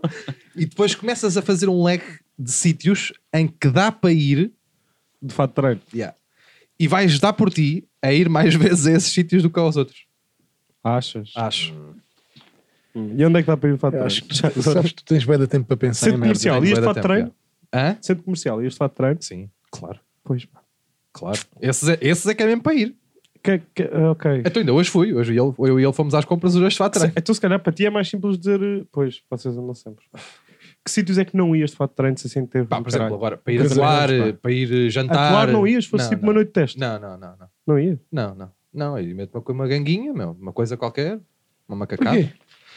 [SPEAKER 1] e depois começas a fazer um leque de sítios em que dá para ir
[SPEAKER 2] De fato treino.
[SPEAKER 1] yeah, e vais dar por ti a ir mais vezes a esses sítios do que aos outros.
[SPEAKER 2] Achas?
[SPEAKER 1] Acho.
[SPEAKER 2] Hum. E onde é que dá para ir de fato
[SPEAKER 3] Eu
[SPEAKER 2] treino?
[SPEAKER 3] acho que
[SPEAKER 2] Já
[SPEAKER 3] tu, sabes, que tu tens bem de tempo para pensar
[SPEAKER 2] Centro
[SPEAKER 3] em merda.
[SPEAKER 2] comercial.
[SPEAKER 1] Tenho
[SPEAKER 2] ias
[SPEAKER 1] bué
[SPEAKER 2] para
[SPEAKER 1] de
[SPEAKER 2] o
[SPEAKER 1] tempo,
[SPEAKER 2] treino?
[SPEAKER 1] yeah. Hã?
[SPEAKER 2] Centro comercial, ias de fato treino?
[SPEAKER 1] Sim, claro.
[SPEAKER 2] Pois, pá.
[SPEAKER 1] Claro. Esses é, esses é que é mesmo para ir.
[SPEAKER 2] Que- que- ah,
[SPEAKER 3] É
[SPEAKER 2] ok.
[SPEAKER 1] Então ainda hoje fui. Hoje eu, eu e ele fomos às compras, hoje vai
[SPEAKER 2] Se-
[SPEAKER 1] atrás.
[SPEAKER 2] Então, se calhar, para ti é mais simples dizer. eh, Pois, vocês andam sempre. Que sítios é que não ias de fato de treino sem sem ter.
[SPEAKER 1] Pá, por exemplo, agora para ir
[SPEAKER 2] Por exemplo,
[SPEAKER 1] atuar,
[SPEAKER 2] pá.
[SPEAKER 1] eh, para ir eh, jantar.
[SPEAKER 2] Atuar não ias, fosse tipo uma noite de teste.
[SPEAKER 1] Não, não, não, não.
[SPEAKER 2] Não ias?
[SPEAKER 1] Não, não. Não, eu meto uma, co- uma ganguinha, meu, uma coisa qualquer, uma macacada.
[SPEAKER 3] Porquê?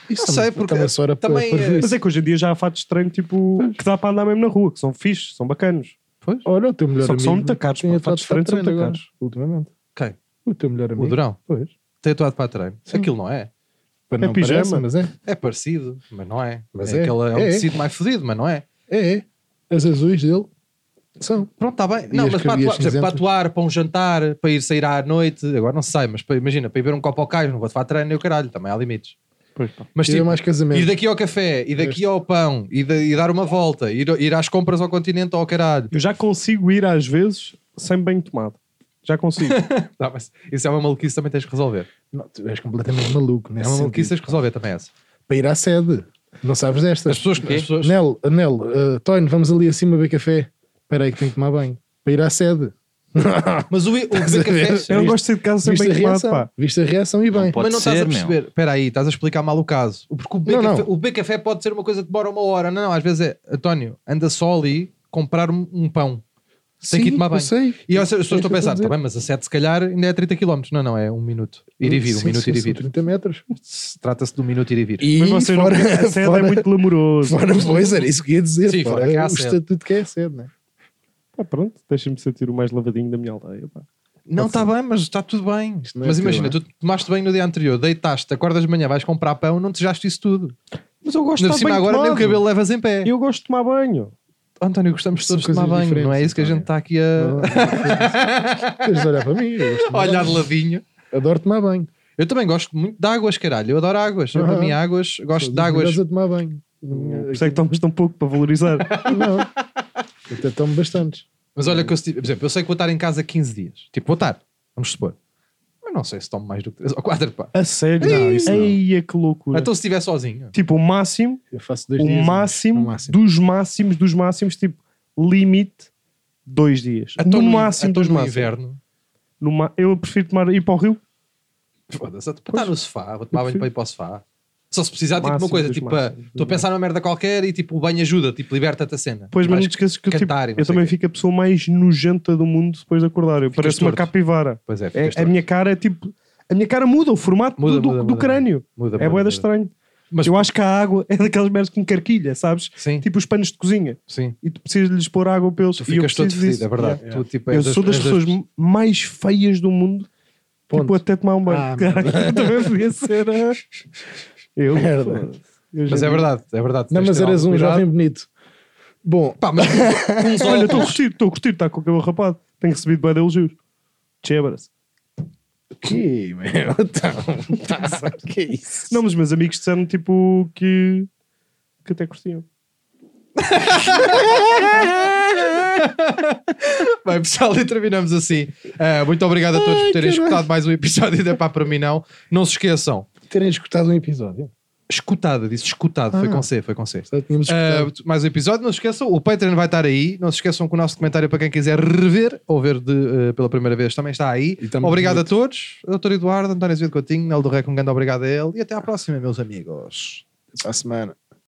[SPEAKER 1] Não sei, porque
[SPEAKER 3] Também só era
[SPEAKER 1] também,
[SPEAKER 3] para, para ver.
[SPEAKER 2] Mas é que hoje em dia já há fatos de treino tipo, que dá para andar mesmo na rua, que são fixos, são bacanos.
[SPEAKER 1] Pois?
[SPEAKER 3] Olha, o teu melhor
[SPEAKER 2] Só que
[SPEAKER 3] amigo.
[SPEAKER 2] são muito caros,
[SPEAKER 3] tem
[SPEAKER 2] pá,
[SPEAKER 3] atuado
[SPEAKER 2] fatos diferentes são
[SPEAKER 3] para
[SPEAKER 2] muito
[SPEAKER 3] treino
[SPEAKER 2] caros.
[SPEAKER 3] agora, Ultimamente.
[SPEAKER 1] Quem?
[SPEAKER 3] O teu melhor amigo.
[SPEAKER 1] O Durão.
[SPEAKER 3] Pois.
[SPEAKER 1] Tem atuado para treino. Aquilo não é.
[SPEAKER 3] Para
[SPEAKER 2] É
[SPEAKER 3] não parece,
[SPEAKER 2] pijama.
[SPEAKER 3] mas é.
[SPEAKER 1] É parecido, mas não é.
[SPEAKER 3] Mas
[SPEAKER 1] é,
[SPEAKER 3] é.
[SPEAKER 1] aquele, é um
[SPEAKER 3] É, é.
[SPEAKER 1] tecido mais fodido, mas não é.
[SPEAKER 3] É, é. As azuis dele são.
[SPEAKER 1] Pronto, está bem.
[SPEAKER 3] E
[SPEAKER 1] Não,
[SPEAKER 3] as
[SPEAKER 1] mas para
[SPEAKER 3] cabias
[SPEAKER 1] atuar, por exemplo, para
[SPEAKER 3] cinzentas?
[SPEAKER 1] atuar, para um jantar, para ir sair à noite, agora não sei, mas para- imagina, para ir beber um copo ao cais, não vou atuar treino nem o caralho, também há limites.
[SPEAKER 2] Pois, pá.
[SPEAKER 1] Mas
[SPEAKER 3] Tira
[SPEAKER 1] tipo,
[SPEAKER 3] é mais casamento.
[SPEAKER 1] ir daqui ao café, ir daqui ao pão, e dar uma volta, ir, ir às compras ao continente ou ao caralho.
[SPEAKER 2] Eu já consigo ir às vezes sem banho tomado. Já consigo.
[SPEAKER 1] Não, mas isso é uma maluquice também tens que resolver.
[SPEAKER 3] Não, tu és completamente maluco.
[SPEAKER 1] É
[SPEAKER 3] Nesse
[SPEAKER 1] uma
[SPEAKER 3] sentido.
[SPEAKER 1] maluquice tens que resolver também essa.
[SPEAKER 3] Para ir à sede. Não sabes destas.
[SPEAKER 1] As pessoas, as pessoas
[SPEAKER 3] Nel, Nel, eh, Tony, vamos ali acima beber café. Espera aí que tenho que tomar banho. Para ir à sede.
[SPEAKER 1] Mas o, o beber café.
[SPEAKER 2] Eu não
[SPEAKER 3] Viste-
[SPEAKER 2] gosto de sair de casa sem
[SPEAKER 3] Viste a
[SPEAKER 2] banho tomado,
[SPEAKER 3] reação?
[SPEAKER 2] pá.
[SPEAKER 3] Viste a reação e bem.
[SPEAKER 4] pode
[SPEAKER 1] mas não estás a
[SPEAKER 4] ser, meu.
[SPEAKER 1] perceber. Espera aí, estás a explicar mal o caso. Porque o beber,
[SPEAKER 3] Não, não.
[SPEAKER 1] café, o beber café pode ser uma coisa que demora uma hora. Não, não, às vezes é. António, anda só ali comprar um, um pão. Tem que ir
[SPEAKER 3] Sim,
[SPEAKER 1] tomar
[SPEAKER 3] eu
[SPEAKER 1] banho.
[SPEAKER 3] sei.
[SPEAKER 1] E as pessoas
[SPEAKER 3] É isso
[SPEAKER 1] estão
[SPEAKER 3] que
[SPEAKER 1] a
[SPEAKER 3] eu estou
[SPEAKER 1] pensar,
[SPEAKER 3] a dizer.
[SPEAKER 1] está bem, mas a 7 se calhar ainda é 30 km. Não, não, é um minuto ir e vir, um
[SPEAKER 3] Sim,
[SPEAKER 1] minuto
[SPEAKER 3] sim,
[SPEAKER 1] ir e
[SPEAKER 3] são
[SPEAKER 1] vir.
[SPEAKER 3] 30 metros.
[SPEAKER 1] Trata-se de um minuto ir e vir.
[SPEAKER 3] E
[SPEAKER 2] Mas vocês não querem- a sede é muito lamoroso.
[SPEAKER 3] Fora, pois era isso que ia dizer.
[SPEAKER 1] Sim, fora
[SPEAKER 3] fora,
[SPEAKER 1] que há
[SPEAKER 3] o
[SPEAKER 1] sede.
[SPEAKER 3] estatuto que é cedo, né?
[SPEAKER 2] Ah, pronto, deixem-me sentir o mais lavadinho da minha aldeia. Pá.
[SPEAKER 1] Não, está bem, mas está tudo bem.
[SPEAKER 3] Isto não é
[SPEAKER 1] Mas
[SPEAKER 3] teu,
[SPEAKER 1] imagina,
[SPEAKER 3] é?
[SPEAKER 1] tu tomaste bem no dia anterior, deitaste, acordas de manhã, vais comprar pão, não tejaste isso tudo.
[SPEAKER 2] Mas eu gosto
[SPEAKER 1] Ainda por
[SPEAKER 2] de
[SPEAKER 3] tá
[SPEAKER 1] cima
[SPEAKER 2] tomar
[SPEAKER 1] agora
[SPEAKER 2] banho
[SPEAKER 1] nem o
[SPEAKER 2] tomado.
[SPEAKER 1] cabelo levas em pé.
[SPEAKER 2] Eu gosto de tomar banho.
[SPEAKER 1] António, gostamos
[SPEAKER 3] São
[SPEAKER 1] todos de tomar
[SPEAKER 3] coisas
[SPEAKER 1] banho, não é
[SPEAKER 3] diferentes,
[SPEAKER 1] isso que a gente está aqui
[SPEAKER 3] Não, não,
[SPEAKER 1] a
[SPEAKER 3] não. Tens de olhar para mim. eu gosto de tomar
[SPEAKER 1] olhar de
[SPEAKER 3] banho.
[SPEAKER 1] ladinho.
[SPEAKER 3] Adoro tomar banho.
[SPEAKER 1] Eu também gosto muito de águas, caralho. Eu adoro águas. Eu, para
[SPEAKER 3] Aham.
[SPEAKER 1] mim, águas, gosto
[SPEAKER 3] Sou
[SPEAKER 1] de águas.
[SPEAKER 3] duvidoso a tomar banho.
[SPEAKER 2] Por isso é que tomas tão pouco para valorizar.
[SPEAKER 3] Não. Eu até tomo bastantes.
[SPEAKER 1] Mas olha, que eu, se- por exemplo, eu sei que vou estar em casa 15 dias. Tipo, vou estar. Vamos supor. Mas não sei se tomo mais do que 3 ou 4, pá.
[SPEAKER 2] A sério?
[SPEAKER 3] Não, isso não.
[SPEAKER 2] Eia, que loucura.
[SPEAKER 1] Então se estiver sozinho.
[SPEAKER 2] Tipo, o máximo,
[SPEAKER 3] Eu faço dois
[SPEAKER 2] o
[SPEAKER 3] dias. né?
[SPEAKER 2] um máximo,
[SPEAKER 3] no máximo.
[SPEAKER 2] dos máximos, dos máximos, tipo, limite, dois dias.
[SPEAKER 1] Então
[SPEAKER 2] no máximo
[SPEAKER 1] então
[SPEAKER 2] dos
[SPEAKER 1] no
[SPEAKER 2] máximos.
[SPEAKER 1] inverno.
[SPEAKER 2] No ma- Eu prefiro tomar, ir para o rio.
[SPEAKER 1] Foda-se. Está no sofá. Vou tomar banho
[SPEAKER 2] prefiro.
[SPEAKER 1] para ir para o sofá. Só se precisar, tipo, uma
[SPEAKER 2] Máximo
[SPEAKER 1] coisa.
[SPEAKER 2] dos
[SPEAKER 1] Tipo,
[SPEAKER 2] máximos,
[SPEAKER 1] ah,
[SPEAKER 2] dos
[SPEAKER 1] estou a pensar numa merda qualquer e tipo, o banho ajuda. Tipo, liberta-te a cena.
[SPEAKER 2] Pois, mas
[SPEAKER 1] Vais
[SPEAKER 2] não te esqueças que eu, tipo,
[SPEAKER 1] cantar e não
[SPEAKER 2] eu
[SPEAKER 1] sei
[SPEAKER 2] também
[SPEAKER 1] o quê.
[SPEAKER 2] fico a pessoa mais nojenta do mundo depois de acordar. Eu pareço uma
[SPEAKER 1] torto.
[SPEAKER 2] capivara.
[SPEAKER 1] Pois é,
[SPEAKER 2] É,
[SPEAKER 1] ficas
[SPEAKER 2] a
[SPEAKER 1] torto.
[SPEAKER 2] minha cara é tipo. A minha cara muda o formato
[SPEAKER 1] Muda,
[SPEAKER 2] do, do-
[SPEAKER 1] muda,
[SPEAKER 2] do
[SPEAKER 1] muda.
[SPEAKER 2] crânio.
[SPEAKER 1] Muda, muda,
[SPEAKER 2] é boeda
[SPEAKER 1] muda.
[SPEAKER 2] estranho.
[SPEAKER 1] Mas-
[SPEAKER 2] eu acho que a água é daquelas merdas com carquilha, sabes?
[SPEAKER 1] Sim.
[SPEAKER 2] Tipo os panos de cozinha.
[SPEAKER 1] Sim.
[SPEAKER 2] E tu precisas de lhes pôr água pelos.
[SPEAKER 1] Tu
[SPEAKER 2] e eu
[SPEAKER 1] ficas todo
[SPEAKER 2] preciso disso.
[SPEAKER 1] fedido, é verdade.
[SPEAKER 2] Yeah.
[SPEAKER 1] Tu, tipo,
[SPEAKER 2] Eu
[SPEAKER 1] és
[SPEAKER 2] sou das
[SPEAKER 1] és
[SPEAKER 2] pessoas mais feias do mundo. Tipo,
[SPEAKER 3] Ponto.
[SPEAKER 2] até tomar um banho.
[SPEAKER 3] Ah,
[SPEAKER 2] Caraca, eu também podia ser. ah, Eu.
[SPEAKER 3] Merda.
[SPEAKER 2] eu
[SPEAKER 1] Mas
[SPEAKER 2] já-
[SPEAKER 1] é verdade, é verdade. tens
[SPEAKER 3] Não,
[SPEAKER 1] de
[SPEAKER 3] mas
[SPEAKER 1] ter
[SPEAKER 3] eras
[SPEAKER 1] algum
[SPEAKER 3] um
[SPEAKER 1] cuidado.
[SPEAKER 3] jovem bonito. Bom,
[SPEAKER 1] Pá, mas com uns
[SPEAKER 2] Olha, estou a
[SPEAKER 1] óculos.
[SPEAKER 2] curtir, estou a curtir, está com o cabelo rapado. Tenho recebido bem de elogios. Chéveras.
[SPEAKER 3] que meu? Então, que é isso?
[SPEAKER 2] Não, mas os meus amigos disseram tipo que. que até curtiam.
[SPEAKER 1] Bem, pessoal, e terminamos assim. Uh, muito obrigado a todos por terem escutado mais um episódio da Pá para mim não. Não se esqueçam,
[SPEAKER 3] Terem escutado um episódio.
[SPEAKER 1] escutada, disse escutado, foi
[SPEAKER 3] Ah.
[SPEAKER 1] com C, foi com C.
[SPEAKER 3] Já tínhamos escutado.
[SPEAKER 1] Uh, mais um episódio, não se esqueçam, o Patreon vai estar aí. Não se esqueçam que o nosso comentário é para quem quiser rever ou ver de, uh, pela primeira vez também está aí.
[SPEAKER 3] E estamos
[SPEAKER 1] Obrigado
[SPEAKER 3] muito.
[SPEAKER 1] a todos, Dr. Eduardo, António Azevedo Coutinho, Nel do Rec, um grande obrigado a ele e até à próxima, meus amigos.
[SPEAKER 3] Para a semana.